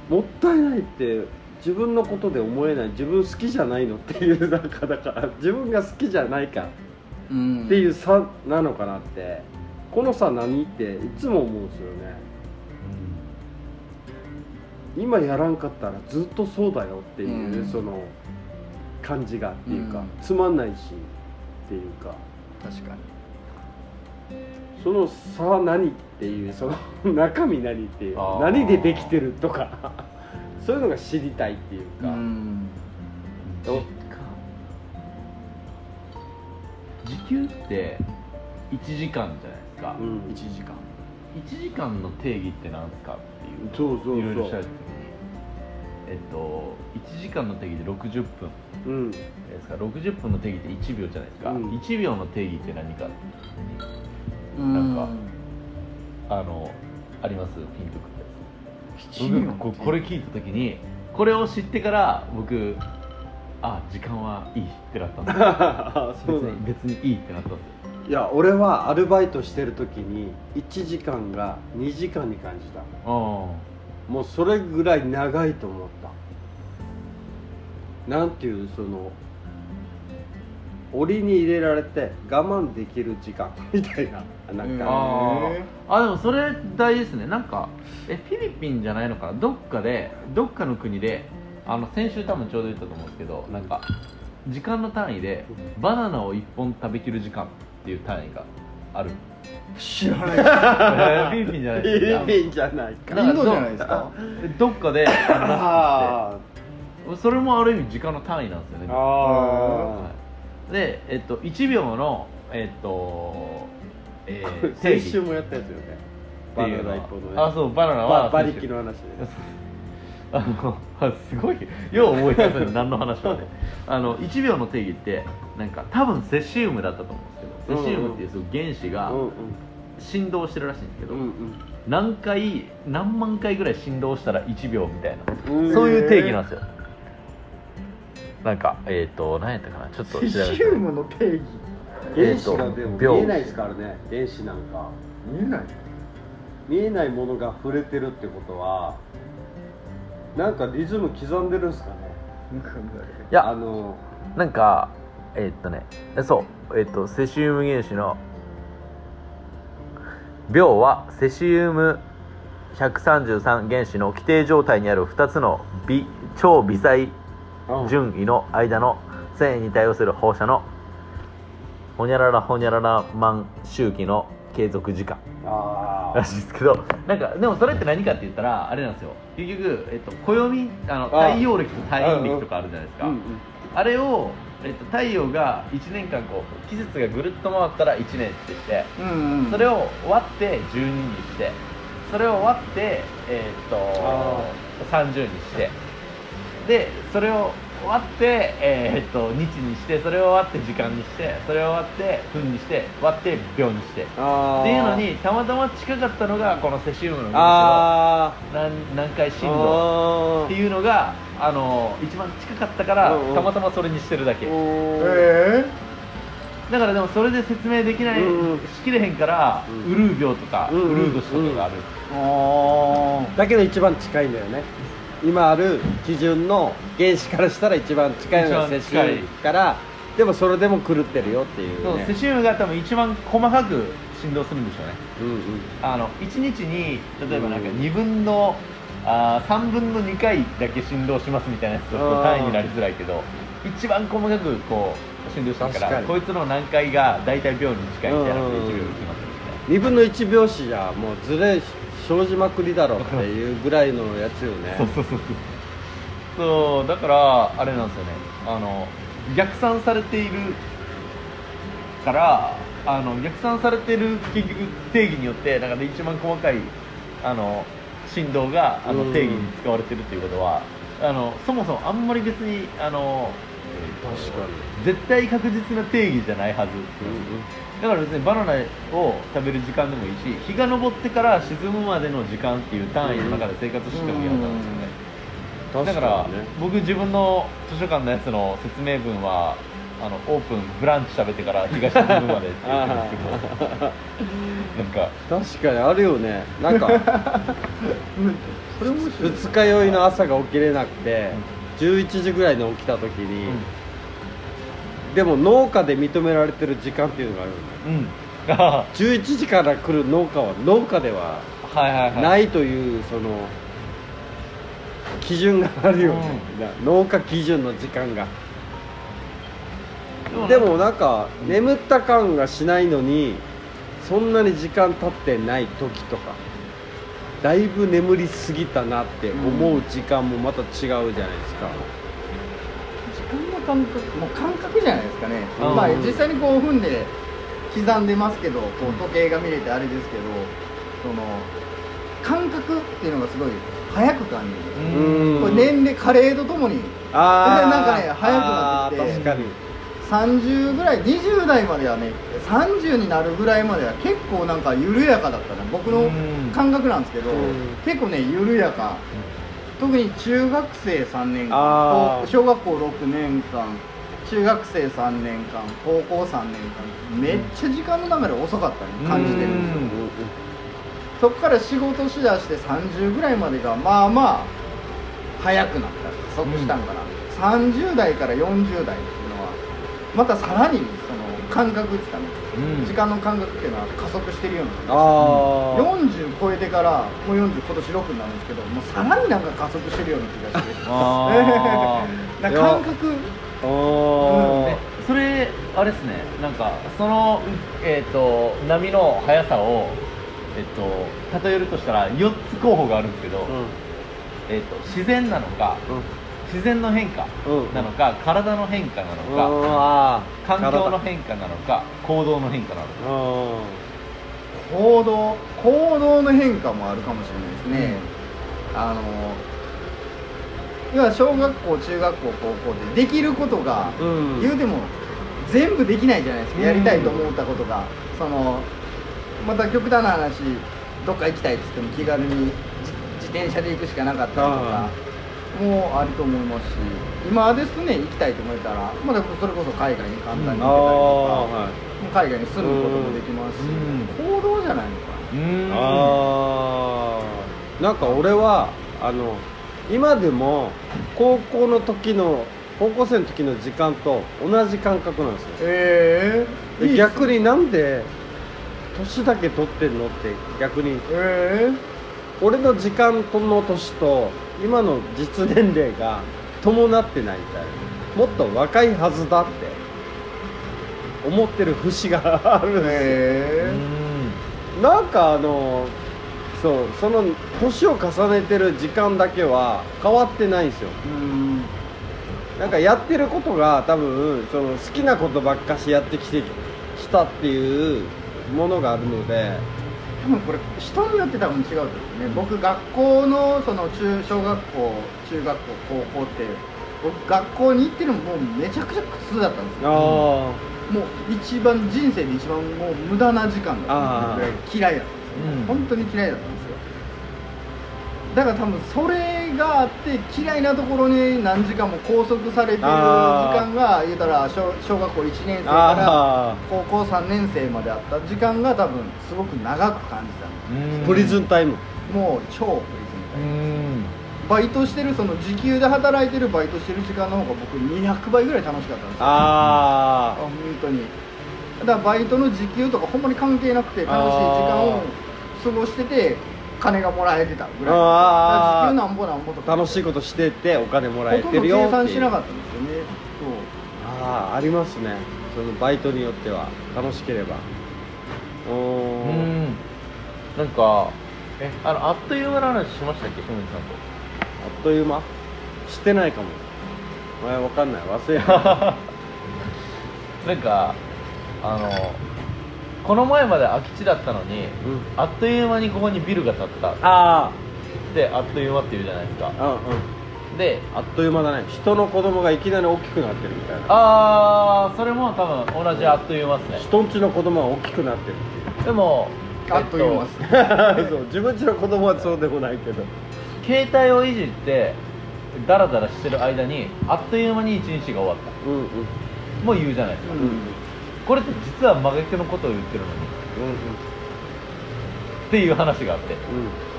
[SPEAKER 3] もったいないって自分のことで思えない自分好きじゃないのっていうなんかだから自分が好きじゃないか
[SPEAKER 4] うん
[SPEAKER 3] っていう差なのかなってこの差何っていつも思うんですよね今やらんかったらずっとそうだよっていう、
[SPEAKER 4] うん
[SPEAKER 3] その感じがっていうか、
[SPEAKER 4] うん
[SPEAKER 3] つまんないしっていうか
[SPEAKER 4] 確かに
[SPEAKER 3] その差は何っていうその <laughs> 中身何っていう
[SPEAKER 1] あー
[SPEAKER 3] 何でできてるとか <laughs> そういうのが知りたいっていう
[SPEAKER 4] う
[SPEAKER 3] か、
[SPEAKER 4] ん
[SPEAKER 3] ど
[SPEAKER 1] 時給って1時間じゃないですか、
[SPEAKER 3] うん
[SPEAKER 4] 1時間
[SPEAKER 1] 1時間の定義って何ですかって
[SPEAKER 3] そうそうそう
[SPEAKER 1] いういろいろ調べた時にえっと1時間の定義で60分
[SPEAKER 3] うん <laughs>
[SPEAKER 1] ですか60分の定義って1秒じゃないですか、
[SPEAKER 3] うん
[SPEAKER 1] 1秒の定義って何かって
[SPEAKER 4] うん
[SPEAKER 1] なんかあのありますピンとくるやつ
[SPEAKER 4] 七人
[SPEAKER 1] 僕ここれ聞いた時にこれを知ってから僕あ時間はいいってなったんです
[SPEAKER 3] そ
[SPEAKER 1] 別
[SPEAKER 3] うなん
[SPEAKER 1] に別にいいってなったんですよ
[SPEAKER 3] いや俺はアルバイトしてる時に1時間が2時間に感じた
[SPEAKER 1] あ
[SPEAKER 3] もうそれぐらい長いと思ったなんていうその檻に入れられて我慢できる時間 <laughs> みたいななん
[SPEAKER 1] あ
[SPEAKER 3] か、
[SPEAKER 1] ー
[SPEAKER 4] へ
[SPEAKER 1] あでもそれ大事ですねなんかえフィリピンじゃないのかなどっかでどっかの国であの先週多分ちょうど言ったと思うんですけどなんか時間の単位でバナナを1本食べきる時間っていう単位があ
[SPEAKER 3] <laughs>
[SPEAKER 1] る、
[SPEAKER 4] ー知らない
[SPEAKER 1] えーフィリピンじゃない
[SPEAKER 3] フ
[SPEAKER 1] です
[SPEAKER 3] ィ
[SPEAKER 1] か
[SPEAKER 3] リピンじゃないか
[SPEAKER 1] な
[SPEAKER 4] イ
[SPEAKER 1] ん
[SPEAKER 4] ン
[SPEAKER 1] か
[SPEAKER 4] ドじゃないですか
[SPEAKER 1] どっかであのらしくて
[SPEAKER 3] <laughs> あ
[SPEAKER 1] それもある意味時間の単位なんですよね
[SPEAKER 3] ーあ
[SPEAKER 1] はいで、えっと、1秒の、えっと、
[SPEAKER 3] <laughs>
[SPEAKER 1] えー定
[SPEAKER 3] ー先
[SPEAKER 1] 義
[SPEAKER 3] 週もやったやつよね
[SPEAKER 1] って
[SPEAKER 3] バ
[SPEAKER 1] い
[SPEAKER 3] ナ
[SPEAKER 1] うの
[SPEAKER 3] ナ
[SPEAKER 1] は
[SPEAKER 3] 一本のね
[SPEAKER 1] あ、そう、バナナは
[SPEAKER 3] ば馬力の話で
[SPEAKER 1] あのあすごいよう思い出せる何の話かねあの1秒の定義ってなんか多分セシウムだったと思うんですけどセシウムっていうその原子
[SPEAKER 3] う
[SPEAKER 1] が
[SPEAKER 3] ん
[SPEAKER 1] 振動してるらしいんですけど、
[SPEAKER 3] うん
[SPEAKER 1] 何回何万回ぐらい振動したら1秒みたいな
[SPEAKER 3] うんうん
[SPEAKER 1] そういう定義なんですよなんかえっ、と何やったかなちょっと調べ
[SPEAKER 4] セ
[SPEAKER 1] て
[SPEAKER 4] シウムの定義
[SPEAKER 1] え
[SPEAKER 3] 原
[SPEAKER 1] ーと
[SPEAKER 3] 子がでも見
[SPEAKER 1] 秒
[SPEAKER 3] えないですからね原子なんか
[SPEAKER 4] 見えない
[SPEAKER 3] 見えないものが触れてるってことはなんかリズム刻んでるんですかね
[SPEAKER 4] なんかね
[SPEAKER 1] いや
[SPEAKER 3] あの
[SPEAKER 1] なんかえーっとねえそうえーっとセシウム原子の秒はセシウム133原子の規定状態にある2つの微超微細順位の間の繊維に対応する放射のほにゃららほにゃらら満周期の継続時間
[SPEAKER 3] あ
[SPEAKER 1] らしいですけどなんかでもそれって何かって言ったらあれなんですよ結局、えっと、暦あの
[SPEAKER 3] あ
[SPEAKER 1] 太陽暦と太陰暦とかあるじゃないです
[SPEAKER 3] あ、
[SPEAKER 1] か、あれを、えっと、太陽が1年間こう季節がぐるっと回ったら1年ってして
[SPEAKER 4] うんうん
[SPEAKER 1] それを割って12にしてそれを割って、えっと
[SPEAKER 3] あ
[SPEAKER 1] 30にしてでそれを割って、えっと日にしてそれを割って時間にしてそれを割って分にして割って秒にして
[SPEAKER 3] あー
[SPEAKER 1] っていうのにたまたま近かったのがこのセシウムの原
[SPEAKER 3] あ
[SPEAKER 1] 子の南南海
[SPEAKER 3] ー
[SPEAKER 1] 振動
[SPEAKER 3] あー
[SPEAKER 1] っていうのがあの一番近かったから
[SPEAKER 3] うんうん
[SPEAKER 1] たまたまそれにしてるだけ
[SPEAKER 3] おー
[SPEAKER 4] え
[SPEAKER 1] だからでもそれで説明できない、
[SPEAKER 3] うんうん
[SPEAKER 1] しきれへんから、
[SPEAKER 3] うん
[SPEAKER 1] ウルー病とか、
[SPEAKER 3] うんうん
[SPEAKER 1] ウルー年とかがある、
[SPEAKER 4] ー、あ
[SPEAKER 3] だけど一番近いんだよね今ある基準の原子からしたら一番近いのが
[SPEAKER 1] 一番
[SPEAKER 3] 摂
[SPEAKER 1] 近い
[SPEAKER 3] 取からでもそれでも狂ってるよっていう
[SPEAKER 1] そう
[SPEAKER 3] ね
[SPEAKER 1] セシウムが多分一番細かく振動するんでしょうね
[SPEAKER 3] うんうん
[SPEAKER 1] あの1日に例えばなんか
[SPEAKER 3] うん
[SPEAKER 1] 2分の、あ3分の2回だけ振動しますみたいなやつだと
[SPEAKER 3] あー
[SPEAKER 1] 単位になりづらいけど一番細かくこう振動してるか
[SPEAKER 3] 確からに
[SPEAKER 1] こいつの何回が大体秒に近いみたいなので
[SPEAKER 3] うん
[SPEAKER 1] 1秒に決まってるみたいな
[SPEAKER 3] 2分の1拍子じゃもうずれ生じまくりだろっていうぐらいのやつよ
[SPEAKER 1] <laughs>
[SPEAKER 3] ね
[SPEAKER 1] そうだからあれなんですよねあの逆算されているからあの逆算されてる結局定義によってなんかで一番細かいあの振動があの
[SPEAKER 3] うん
[SPEAKER 1] 定義に使われてるっていうことはあのそもそもあんまり別にあの
[SPEAKER 3] 確か
[SPEAKER 1] 絶対確実な定義じゃないはず、だから別にバナナを食べる時間でもいいし日が昇ってから沈むまでの時間っていう単位の中で生活してもいいはずなんですよね、
[SPEAKER 3] 確
[SPEAKER 1] だから僕自分の図書館のやつの説明文はあのオープンブランチ食べてから東の部までって言ってます <laughs> けどなんか
[SPEAKER 3] 確かにあるよねな
[SPEAKER 1] <laughs>
[SPEAKER 3] んか
[SPEAKER 4] それ面白い
[SPEAKER 3] 二日酔いの朝が起きれなくて11時ぐらいに起きた時に、でも農家で認められてる時間っていうのがあるよね
[SPEAKER 1] うん、 <laughs> うん、あ
[SPEAKER 3] 11時から来る農家は農家では
[SPEAKER 1] はいはいはい
[SPEAKER 3] ないというその基準があるよね、農家基準の時間がでもなんか眠った感がしないのにそんなに時間経ってない時とかだいぶ眠りすぎたなって思う時間もまた違うじゃないですか、
[SPEAKER 4] 時間の感覚もう感覚じゃないですかね、
[SPEAKER 1] うん
[SPEAKER 4] まあ実際にこう踏んで刻んでますけどこう時計が見れてあれですけどその感覚っていうのがすごい早く感じ
[SPEAKER 1] う
[SPEAKER 4] る、
[SPEAKER 3] うん
[SPEAKER 1] ん
[SPEAKER 4] これ年齢加齢とともに
[SPEAKER 3] あー
[SPEAKER 4] なんかね早くなってきて
[SPEAKER 3] あー確かに
[SPEAKER 4] 30ぐらい20代まではね30になるぐらいまでは結構なんか緩やかだったね僕の
[SPEAKER 1] うん
[SPEAKER 4] 感覚なんですけど、
[SPEAKER 3] うん
[SPEAKER 4] 結構ね緩やか、特に中学生3年
[SPEAKER 3] あ
[SPEAKER 4] 間
[SPEAKER 3] ー
[SPEAKER 4] 小学校6年間中学生3年間高校3年間めっちゃ時間の流れ遅かったね感じてるんですよ
[SPEAKER 1] うん
[SPEAKER 4] そこから仕事しだして30ぐらいまでがまあまあ早くなった加速したんかな、30代から40代っていうのはまたさらにその感覚ですかね、
[SPEAKER 1] うん
[SPEAKER 4] 時間の感覚っていうのは加速してるような感じ
[SPEAKER 3] あー
[SPEAKER 4] 40超えてからもう40今年6になるんですけどもうさらになんか加速してるような気がして
[SPEAKER 1] あ
[SPEAKER 4] <laughs> なんか感覚
[SPEAKER 3] あー
[SPEAKER 1] えそれあれですねなんかそのえっ、と波の速さをえっ、と例えるとしたら4つ候補があるんですけど、えっ、と自然なのか自然の変化
[SPEAKER 3] うんうん
[SPEAKER 1] なのか体の変化なのか、
[SPEAKER 3] あー
[SPEAKER 1] 環境の変化なのか行動の変化なのか
[SPEAKER 3] うん
[SPEAKER 4] 行動行動の変化もあるかもしれないですね、あの要は小学校中学校高校でできることが、
[SPEAKER 3] うん
[SPEAKER 4] 言うても全部できないじゃないですか、
[SPEAKER 1] うん
[SPEAKER 4] やりたいと思ったことがそのまた極端な話どっか行きたいっつっても気軽に自自転車で行くしかなかったりと
[SPEAKER 3] あ
[SPEAKER 4] かもあると思いますし今ですね行きたいと思えたら、まあ、でもそれこそ海外に簡単
[SPEAKER 3] あ
[SPEAKER 4] に行けたりと
[SPEAKER 3] あ
[SPEAKER 4] か、
[SPEAKER 3] はい
[SPEAKER 4] 海外に住むこともできますし行動じゃないのか
[SPEAKER 1] うんうん
[SPEAKER 3] ああなんか俺はあの今でも高校の時の高校生の時の時間と同じ感覚なんですよ
[SPEAKER 4] ええ
[SPEAKER 3] で
[SPEAKER 4] いいっす
[SPEAKER 3] 逆になんで年だけ取ってんのって逆に
[SPEAKER 4] え
[SPEAKER 3] 俺の時間との年と今の実年齢が伴ってないみたいもっと若いはずだって思ってる節がある
[SPEAKER 4] え
[SPEAKER 3] んですよ
[SPEAKER 4] え
[SPEAKER 3] なんかあのそうその年を重ねてる時間だけは変わってないんですよ
[SPEAKER 4] えうん
[SPEAKER 3] なんかやってることが多分その好きなことばっかしやってきてきたっていうものがあるので
[SPEAKER 4] 多分これ人によって多分違うと思うね僕学校のその中小学校中学校高校って僕学校に行ってるのもうめちゃくちゃ苦痛だったんですよ
[SPEAKER 3] あ
[SPEAKER 4] もう一番人生で一番もう無駄な時間だったぐらい嫌いだったんですよ、
[SPEAKER 1] うん
[SPEAKER 4] 本当に嫌いだったんですよだから多分それがあって嫌いなところに何時間も拘束されてる時間が言うたら小小学校1年生から
[SPEAKER 3] あ
[SPEAKER 4] 高校3年生まであった時間が多分すごく長く感じた
[SPEAKER 1] うん
[SPEAKER 3] あプリズンタイム
[SPEAKER 4] もう超プリズム
[SPEAKER 1] うん
[SPEAKER 4] バイトしてるその時給で働いてるバイトしてる時間の方が僕200倍ぐらい楽しかったんですよあ
[SPEAKER 3] あ
[SPEAKER 4] 本当にだからバイトの時給とかほんまに関係なくて楽しい時間を過ごしてて金がもらえてたぐらい
[SPEAKER 3] あー
[SPEAKER 4] だから時給なんぼなんぼと
[SPEAKER 3] あ
[SPEAKER 4] か
[SPEAKER 3] 楽しいことしててお金もらえ
[SPEAKER 4] ほとん
[SPEAKER 3] て
[SPEAKER 4] ど
[SPEAKER 3] るよっていう
[SPEAKER 4] 計算しなかったんですよね
[SPEAKER 3] ああありますねそのバイトによっては楽しければお
[SPEAKER 1] う
[SPEAKER 3] お
[SPEAKER 1] んなんかえあのあっという間の話しましたっけひもさんと
[SPEAKER 3] あっという間してないかも前わかんない忘れた
[SPEAKER 4] <laughs>
[SPEAKER 1] なんかあのこの前まで空き地だったのに、
[SPEAKER 3] うん
[SPEAKER 1] あっという間にここにビルが建ったっ
[SPEAKER 3] あ
[SPEAKER 1] てあっという間って言うじゃないですか
[SPEAKER 3] あうんうん
[SPEAKER 1] で
[SPEAKER 3] あっという間だね人の子供がいきなり大きくなってるみたいな
[SPEAKER 1] ああそれも多分同じあっという間ですね
[SPEAKER 3] 人んちの子供は大きくなってるっ
[SPEAKER 1] でも
[SPEAKER 4] そうあっという間
[SPEAKER 1] え
[SPEAKER 4] です
[SPEAKER 1] と
[SPEAKER 4] ね、
[SPEAKER 3] ていうそう自分ちの子供はそうでもないけど
[SPEAKER 1] 携帯をいじってダラダラしてる間にあっという間に一日が終わった
[SPEAKER 3] うんうんうん
[SPEAKER 1] もう言うじゃないですか
[SPEAKER 4] うん
[SPEAKER 1] これって実は真逆のことを言ってるのにっていう話があって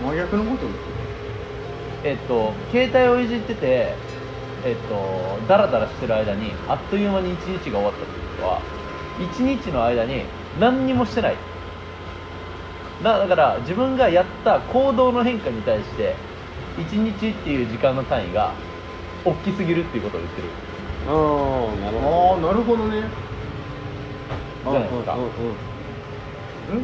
[SPEAKER 4] 真逆のこと
[SPEAKER 1] えっと携帯をいじっててえっとダラダラしてる間にあっという間に一日が終わったってことは一日の間に何にもしてないだだから自分がやった行動の変化に対して一日っていう時間の単位が大きすぎるっていうことを言ってる
[SPEAKER 3] うんうんああなる
[SPEAKER 4] あ
[SPEAKER 3] ほ
[SPEAKER 4] あなるほどね
[SPEAKER 1] じゃないですか
[SPEAKER 3] どうんうん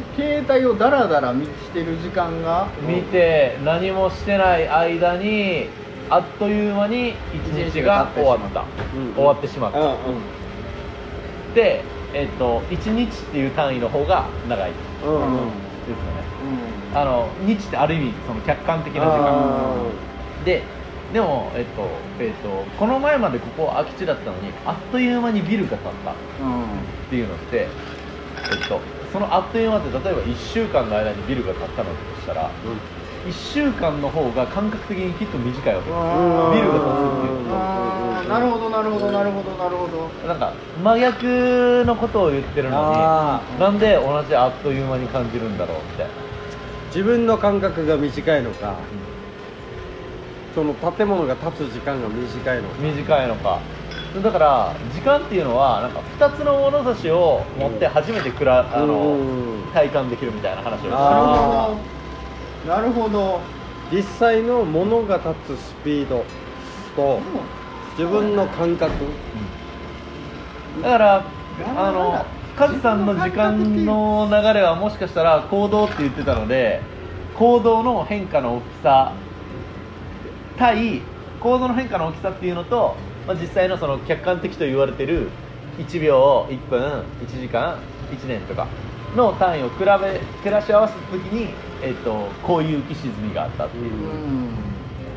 [SPEAKER 4] ん携帯をダラダラ見してる時間が
[SPEAKER 1] 見て何もしてない間にあっという間に一日が終わった
[SPEAKER 3] うん
[SPEAKER 1] 終わってしまっ
[SPEAKER 3] うん
[SPEAKER 1] たでえっと一日っていう単位の方が長いで
[SPEAKER 3] うんうん
[SPEAKER 4] うん
[SPEAKER 1] すよね
[SPEAKER 4] うん
[SPEAKER 1] あの日ってある意味その客観的な時
[SPEAKER 3] あ
[SPEAKER 1] 間ででも、えっとえっと、この前までここ空き地だったのにあっという間にビルが建ったっ
[SPEAKER 4] うん
[SPEAKER 1] ていうのって、えっと、そのあっという間って例えば1週間の間にビルが建ったのだとしたら
[SPEAKER 3] ーうん
[SPEAKER 1] 1週間の方が感覚的にきっと短いわけです
[SPEAKER 4] あー
[SPEAKER 1] ビルが建つっていう
[SPEAKER 4] あーなるほどなるほどなるほどなるほど
[SPEAKER 1] なんか真逆のことを言ってるの
[SPEAKER 3] あ
[SPEAKER 1] になんで同じあっという間に感じるんだろうみたいな
[SPEAKER 3] ー自分の感覚が短いのかその建物が立つ時間が短いのか
[SPEAKER 1] 短いのかだから時間っていうのはなんか2つの物差しを持って初めてくら、あ
[SPEAKER 3] う
[SPEAKER 1] の
[SPEAKER 3] ん
[SPEAKER 1] 体感できるみたいな話をして
[SPEAKER 3] あ
[SPEAKER 4] なるほどなるほど
[SPEAKER 3] 実際のものが立つスピードと自分の感覚
[SPEAKER 1] だから
[SPEAKER 4] うん
[SPEAKER 1] あのカズさんの時間の流れはもしかしたら行動って言ってたので行動の変化の大きさ対行動の変化の大きさっていうのと、まあ、実際のその客観的と言われてる1秒1分1時間1年とかの単位を比べ照らし合わせた時に、えっとこういう浮き沈みがあったっていう
[SPEAKER 4] う
[SPEAKER 3] うん
[SPEAKER 4] ん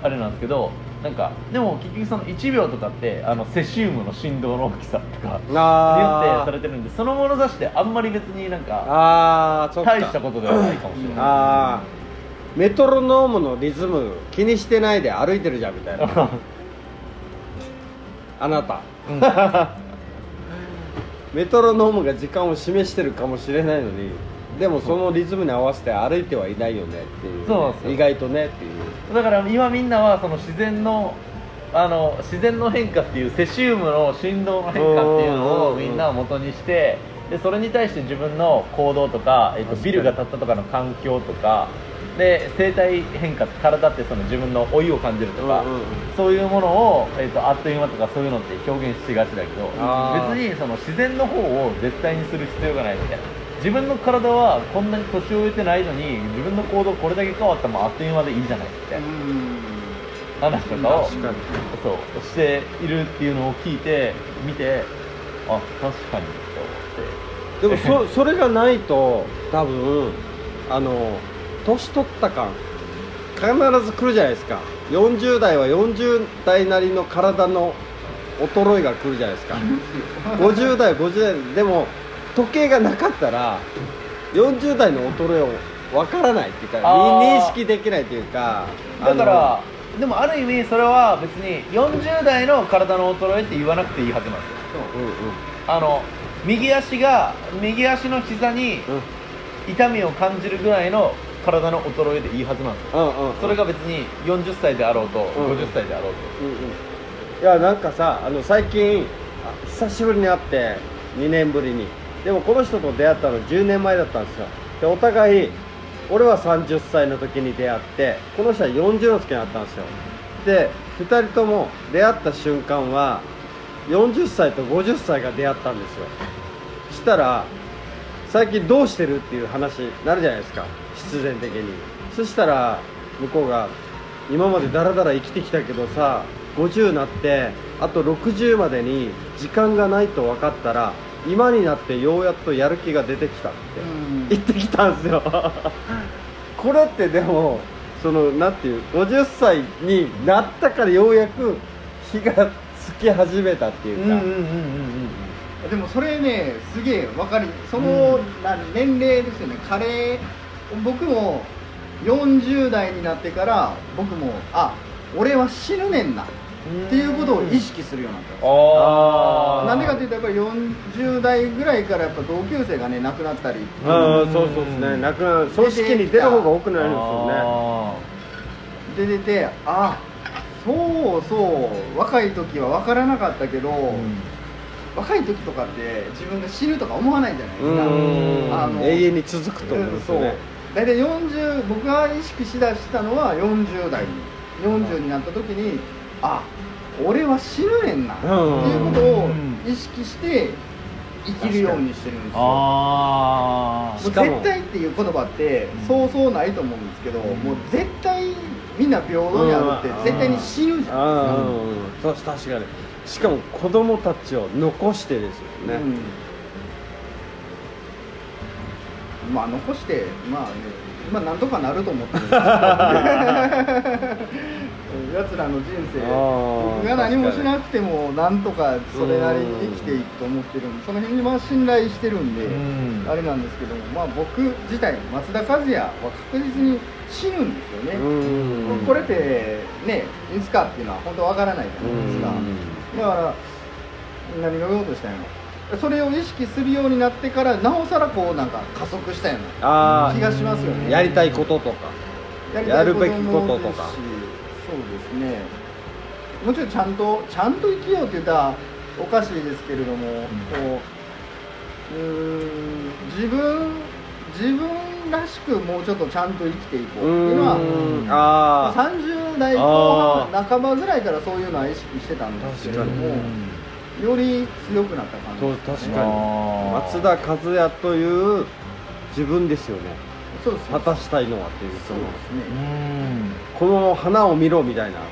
[SPEAKER 1] あれなんですけどなんかでも結局その1秒とかってあのセシウムの振動の大きさとか認定
[SPEAKER 3] あ
[SPEAKER 1] されてるんでその物差しってあんまり別になんか
[SPEAKER 3] ああーそっか
[SPEAKER 1] 大したことではないかもしれない
[SPEAKER 3] あメトロノームのリズム気にしてないで歩いてるじゃんみたいなあなた、 <laughs> メトロノームが時間を示してるかもしれないのにでもそのリズムに合わせて歩いてはいないよねっていう
[SPEAKER 1] そうなんですよ
[SPEAKER 3] 意外とねってい
[SPEAKER 1] <laughs>
[SPEAKER 3] う
[SPEAKER 1] だから今みんなはその自然のあの自然の変化っていうセシウムの振動の変化っていうのをみんなは元にしてでそれに対して自分の行動とか、えっと、ビルが建ったとかの環境とかで生態変化体ってその自分の老いを感じるとか、
[SPEAKER 3] うんうんうん
[SPEAKER 1] そういうものを、えっと、あっという間とかそういうのって表現しがちだけど
[SPEAKER 3] あー
[SPEAKER 1] 別にその自然の方を絶対にする必要がないみたいな自分の体はこんなに年を植えてないのに自分の行動これだけ変わってもあっという間でいいじゃないみたいな。話とかを
[SPEAKER 3] 確かに
[SPEAKER 1] そうしているっていうのを聞いて見てあ確かにと思
[SPEAKER 3] でも
[SPEAKER 1] <laughs>
[SPEAKER 3] そそれがないと多分あの年取った感必ず来るじゃないですか40代は40代なりの体の衰えが来るじゃないですか50代50代でも時計がなかったら40代の衰えをわからないっていうか
[SPEAKER 1] あー
[SPEAKER 3] 認識できないというか
[SPEAKER 1] ってだからでもある意味それは別に40代の体の衰えって言わなくていいはずなんですよ
[SPEAKER 3] あのうんうん
[SPEAKER 1] あの右足が右足の膝に
[SPEAKER 3] うん
[SPEAKER 1] 痛みを感じるぐらいの体の衰えでいいはずなんですよ
[SPEAKER 3] うんうん
[SPEAKER 1] それが別に40歳であろうと
[SPEAKER 3] ん
[SPEAKER 1] 50歳であろうと
[SPEAKER 3] うんうんいやなんかさあの最近あ久しぶりに会って2年ぶりにでもこの人と出会ったの10年前だったんですよでお互い俺は30歳の時に出会ってこの人は40の時に会ったんですよで2人とも出会った瞬間は40歳と50歳が出会ったんですよしたら最近どうしてるっていう話になるじゃないですか必然的にそしたら向こうが「今までダラダラ生きてきたけどさ50になってあと60までに時間がないと分かったら今になってようやっとやる気が出てきた」って
[SPEAKER 4] うん
[SPEAKER 3] 言ってきたんですよこれってでもそのなんていう50歳になったからようやく日がつき始めたっていうか、
[SPEAKER 1] うんうん
[SPEAKER 4] でもそれねすげえわかるその、な年齢ですよねカレー僕も40代になってから僕もあ俺は死ぬねんなっていうことを意識するようになったんですよ
[SPEAKER 1] ああ
[SPEAKER 4] なんでかっていうとやっぱり40代ぐらいからやっぱ同級生がね亡くなったり
[SPEAKER 3] あーそうそうですね、なくなる、組織に出る方が多くなるんですよね。
[SPEAKER 4] で出てあそうそう若い時は分からなかったけど、若い時とかって自分が死ぬとか思わないじゃないで
[SPEAKER 3] う
[SPEAKER 4] すかあ
[SPEAKER 3] ん、
[SPEAKER 4] の
[SPEAKER 3] 永遠に続くと思うんですよね。
[SPEAKER 4] 大体40僕が意識しだしたのは40代に40になった時にあ俺は死ぬねんなって
[SPEAKER 3] うん
[SPEAKER 4] いうことを意識して生きるようにしてるんですよ
[SPEAKER 1] あ
[SPEAKER 4] もう
[SPEAKER 3] しかも
[SPEAKER 4] 絶対っていう言葉ってそうそうないと思うんですけど、もう絶対みんな平等にあるっ
[SPEAKER 3] うん
[SPEAKER 4] て絶対に死ぬじゃない
[SPEAKER 3] あーうんうんそう確かに。しかも子供たちを残してです
[SPEAKER 4] です
[SPEAKER 3] よね。
[SPEAKER 4] か、うんまあ残してまあね今なんとかなると思ってる
[SPEAKER 3] <laughs>
[SPEAKER 4] やつらの人生
[SPEAKER 3] あー
[SPEAKER 4] 僕が何もしなくてもなんとかそれなりに生きていくと思ってるんでその辺にまあ信頼してるんで、
[SPEAKER 1] うん
[SPEAKER 4] あれなんですけどもまあ僕自体松田和也は確実に死ぬんですよね、
[SPEAKER 3] うん
[SPEAKER 4] これってねいつかっていうのは本当わからないじゃないですか、だから何が言おうとしたんやろそれを意識するようになってからなおさらこうなんか加速したよう
[SPEAKER 3] あ
[SPEAKER 4] な気がしますよ
[SPEAKER 3] あ、
[SPEAKER 4] ね
[SPEAKER 3] やりたいこととか。
[SPEAKER 4] や
[SPEAKER 3] やるべき
[SPEAKER 4] りたい
[SPEAKER 3] こと
[SPEAKER 4] も
[SPEAKER 3] とか
[SPEAKER 4] ですしそうですねもちろんちゃんとちゃんと生きようって言ったらおかしいですけれども、こううーん自分自分らしくもうちょっとちゃんと生きていこうっていうのは
[SPEAKER 3] うんああ、
[SPEAKER 4] 30代後半半ばぐらいからそういうのは意識してたんですけれども
[SPEAKER 3] 確
[SPEAKER 4] より強くなった感じ
[SPEAKER 3] と
[SPEAKER 4] です
[SPEAKER 3] 確
[SPEAKER 4] ね
[SPEAKER 3] かに。松田和也という自分ですよね。
[SPEAKER 4] そうです
[SPEAKER 3] 果たしたいのはっていう
[SPEAKER 4] そ
[SPEAKER 3] そうの
[SPEAKER 4] です
[SPEAKER 1] う
[SPEAKER 4] ね
[SPEAKER 1] ん
[SPEAKER 3] この花を見ろみたいなこ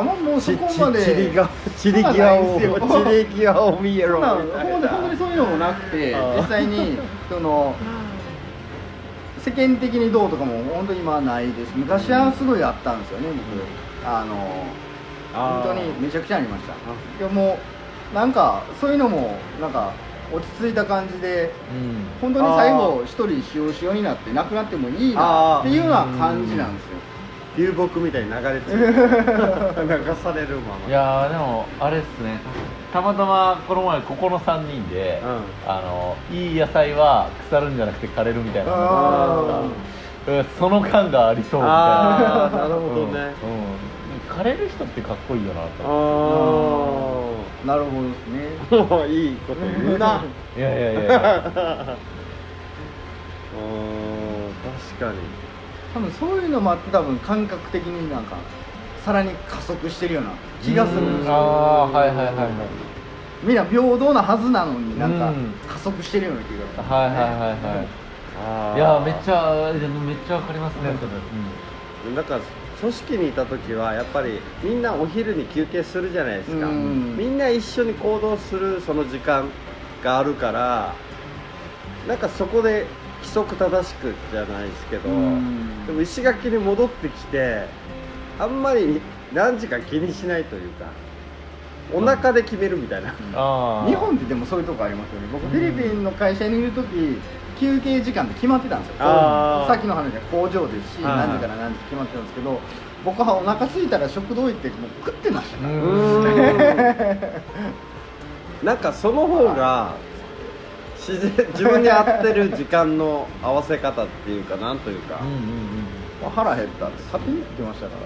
[SPEAKER 3] の。
[SPEAKER 4] あもうもうそ
[SPEAKER 3] ちち
[SPEAKER 4] こまで
[SPEAKER 3] ちりがちり
[SPEAKER 4] そん
[SPEAKER 3] ぎ
[SPEAKER 4] な
[SPEAKER 3] わ
[SPEAKER 4] んない
[SPEAKER 3] を
[SPEAKER 4] んすよ
[SPEAKER 3] ちりぎわを見えろ
[SPEAKER 4] そんな
[SPEAKER 3] みたい
[SPEAKER 4] ほんで本当
[SPEAKER 3] な
[SPEAKER 4] にそういうのもなくて
[SPEAKER 3] あー
[SPEAKER 4] 実際にその世間的にどうとかも本当に今はないです昔はすごいあったんですよね僕あの
[SPEAKER 3] あー
[SPEAKER 4] 本当にめちゃくちゃありましたでもなんかそういうのもなんか落ち着いた感じで
[SPEAKER 1] うん
[SPEAKER 4] 本当に最後一人塩塩になってなくなってもいいなっていうような感じなんですよ <laughs>
[SPEAKER 3] 流木みたいに流れてる流されるまま
[SPEAKER 1] いやーでもあれっすねたまたまこの前ここの3人で、
[SPEAKER 3] うん
[SPEAKER 1] あのいい野菜は腐るんじゃなくて枯れるみたいな話
[SPEAKER 4] あ
[SPEAKER 1] うんその感がありそうみたいな
[SPEAKER 3] あーなるほどね
[SPEAKER 1] うんうん枯れる人ってかっこいいよなと思っ
[SPEAKER 3] あ
[SPEAKER 4] あなるほどですね
[SPEAKER 3] あもう <laughs> いいこと言う
[SPEAKER 4] <laughs>
[SPEAKER 3] な
[SPEAKER 1] ていやいやいやいや
[SPEAKER 3] うん確かに
[SPEAKER 4] 多分そういうのもあって多分感覚的になんかさらに加速してるような気がするんです
[SPEAKER 1] うん
[SPEAKER 4] よ
[SPEAKER 1] ああーはいはいはいはい
[SPEAKER 4] みんな平等なはずなのになん
[SPEAKER 1] う
[SPEAKER 4] か
[SPEAKER 1] ん
[SPEAKER 4] 加速してるような気がする
[SPEAKER 1] はいはいはいはい、
[SPEAKER 3] あー
[SPEAKER 1] いやーめっちゃでもめっちゃわかりますね、それう
[SPEAKER 3] なんか組織にいた時はやっぱりみんなお昼に休憩するじゃないですか
[SPEAKER 4] うん
[SPEAKER 3] みんな一緒に行動するその時間があるからなんかそこで規則正しくじゃないですけど
[SPEAKER 4] うん
[SPEAKER 3] でも石垣に戻ってきてあんまり何時か気にしないというかお腹で決めるみたいな、
[SPEAKER 1] んあー
[SPEAKER 4] 日本ってでもそういうとこありますよね僕フィリピンの会社にいる時休憩時間って決まってたんですよ
[SPEAKER 3] あー
[SPEAKER 4] さっきの話は工場ですし
[SPEAKER 3] はいはい
[SPEAKER 4] 何時から何時決まってたんですけど僕はお腹空いたら食堂行ってもう食ってましたか
[SPEAKER 1] う
[SPEAKER 4] ら、
[SPEAKER 3] うんーんなんかその方が自然自分に合ってる時間の合わせ方っていうかなんというか、
[SPEAKER 1] うんうん
[SPEAKER 4] 腹減ったって勝手に言ってましたから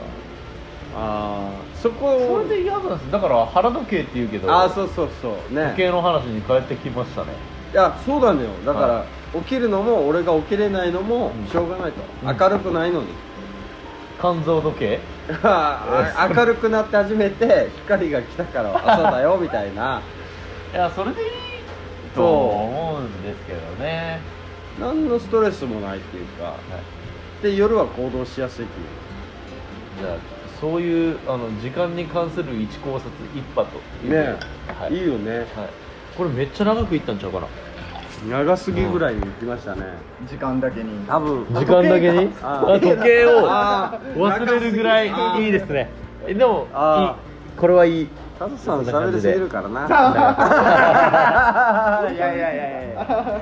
[SPEAKER 3] ああそこ
[SPEAKER 1] うん
[SPEAKER 3] を
[SPEAKER 1] それで嫌なんですだから腹時計っていうけど
[SPEAKER 3] ああそうそうそうね
[SPEAKER 1] 時計の話に変えてきましたね
[SPEAKER 3] いやそうなんだよだから、
[SPEAKER 1] は
[SPEAKER 3] 起きるのも俺が起きれないのも
[SPEAKER 1] うん
[SPEAKER 3] しょうがないと、
[SPEAKER 1] うん
[SPEAKER 3] 明るくない
[SPEAKER 1] <laughs>
[SPEAKER 3] のに
[SPEAKER 1] 肝臓時計
[SPEAKER 3] あ明るくなって初めて光が来たから朝だよみたいない
[SPEAKER 1] やそれでいいと思うんですけどね、
[SPEAKER 3] 何のストレスもないっていうか
[SPEAKER 1] はい、
[SPEAKER 3] で夜は行動しやすいってい
[SPEAKER 1] じ
[SPEAKER 3] う
[SPEAKER 1] ゃあそういうあの時間に関する一考察一派という
[SPEAKER 3] ね
[SPEAKER 1] はい
[SPEAKER 3] いいよね
[SPEAKER 1] はい、これめっちゃ長くいったんちゃうかな
[SPEAKER 3] 長すぎぐらいに行きましたね、
[SPEAKER 4] 時間だけに
[SPEAKER 3] 多分
[SPEAKER 1] 時間だけに
[SPEAKER 3] あ
[SPEAKER 1] あ時計を
[SPEAKER 3] あー
[SPEAKER 1] 忘れるぐら
[SPEAKER 3] 長す
[SPEAKER 1] い
[SPEAKER 3] ぎ
[SPEAKER 1] いいですねえでも
[SPEAKER 3] あ
[SPEAKER 1] いいこれはいい
[SPEAKER 3] タズさん喋りすぎるからな
[SPEAKER 4] あいやいやいやいや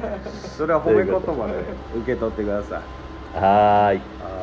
[SPEAKER 3] それは褒め言葉で受け取ってください
[SPEAKER 1] はーい
[SPEAKER 3] は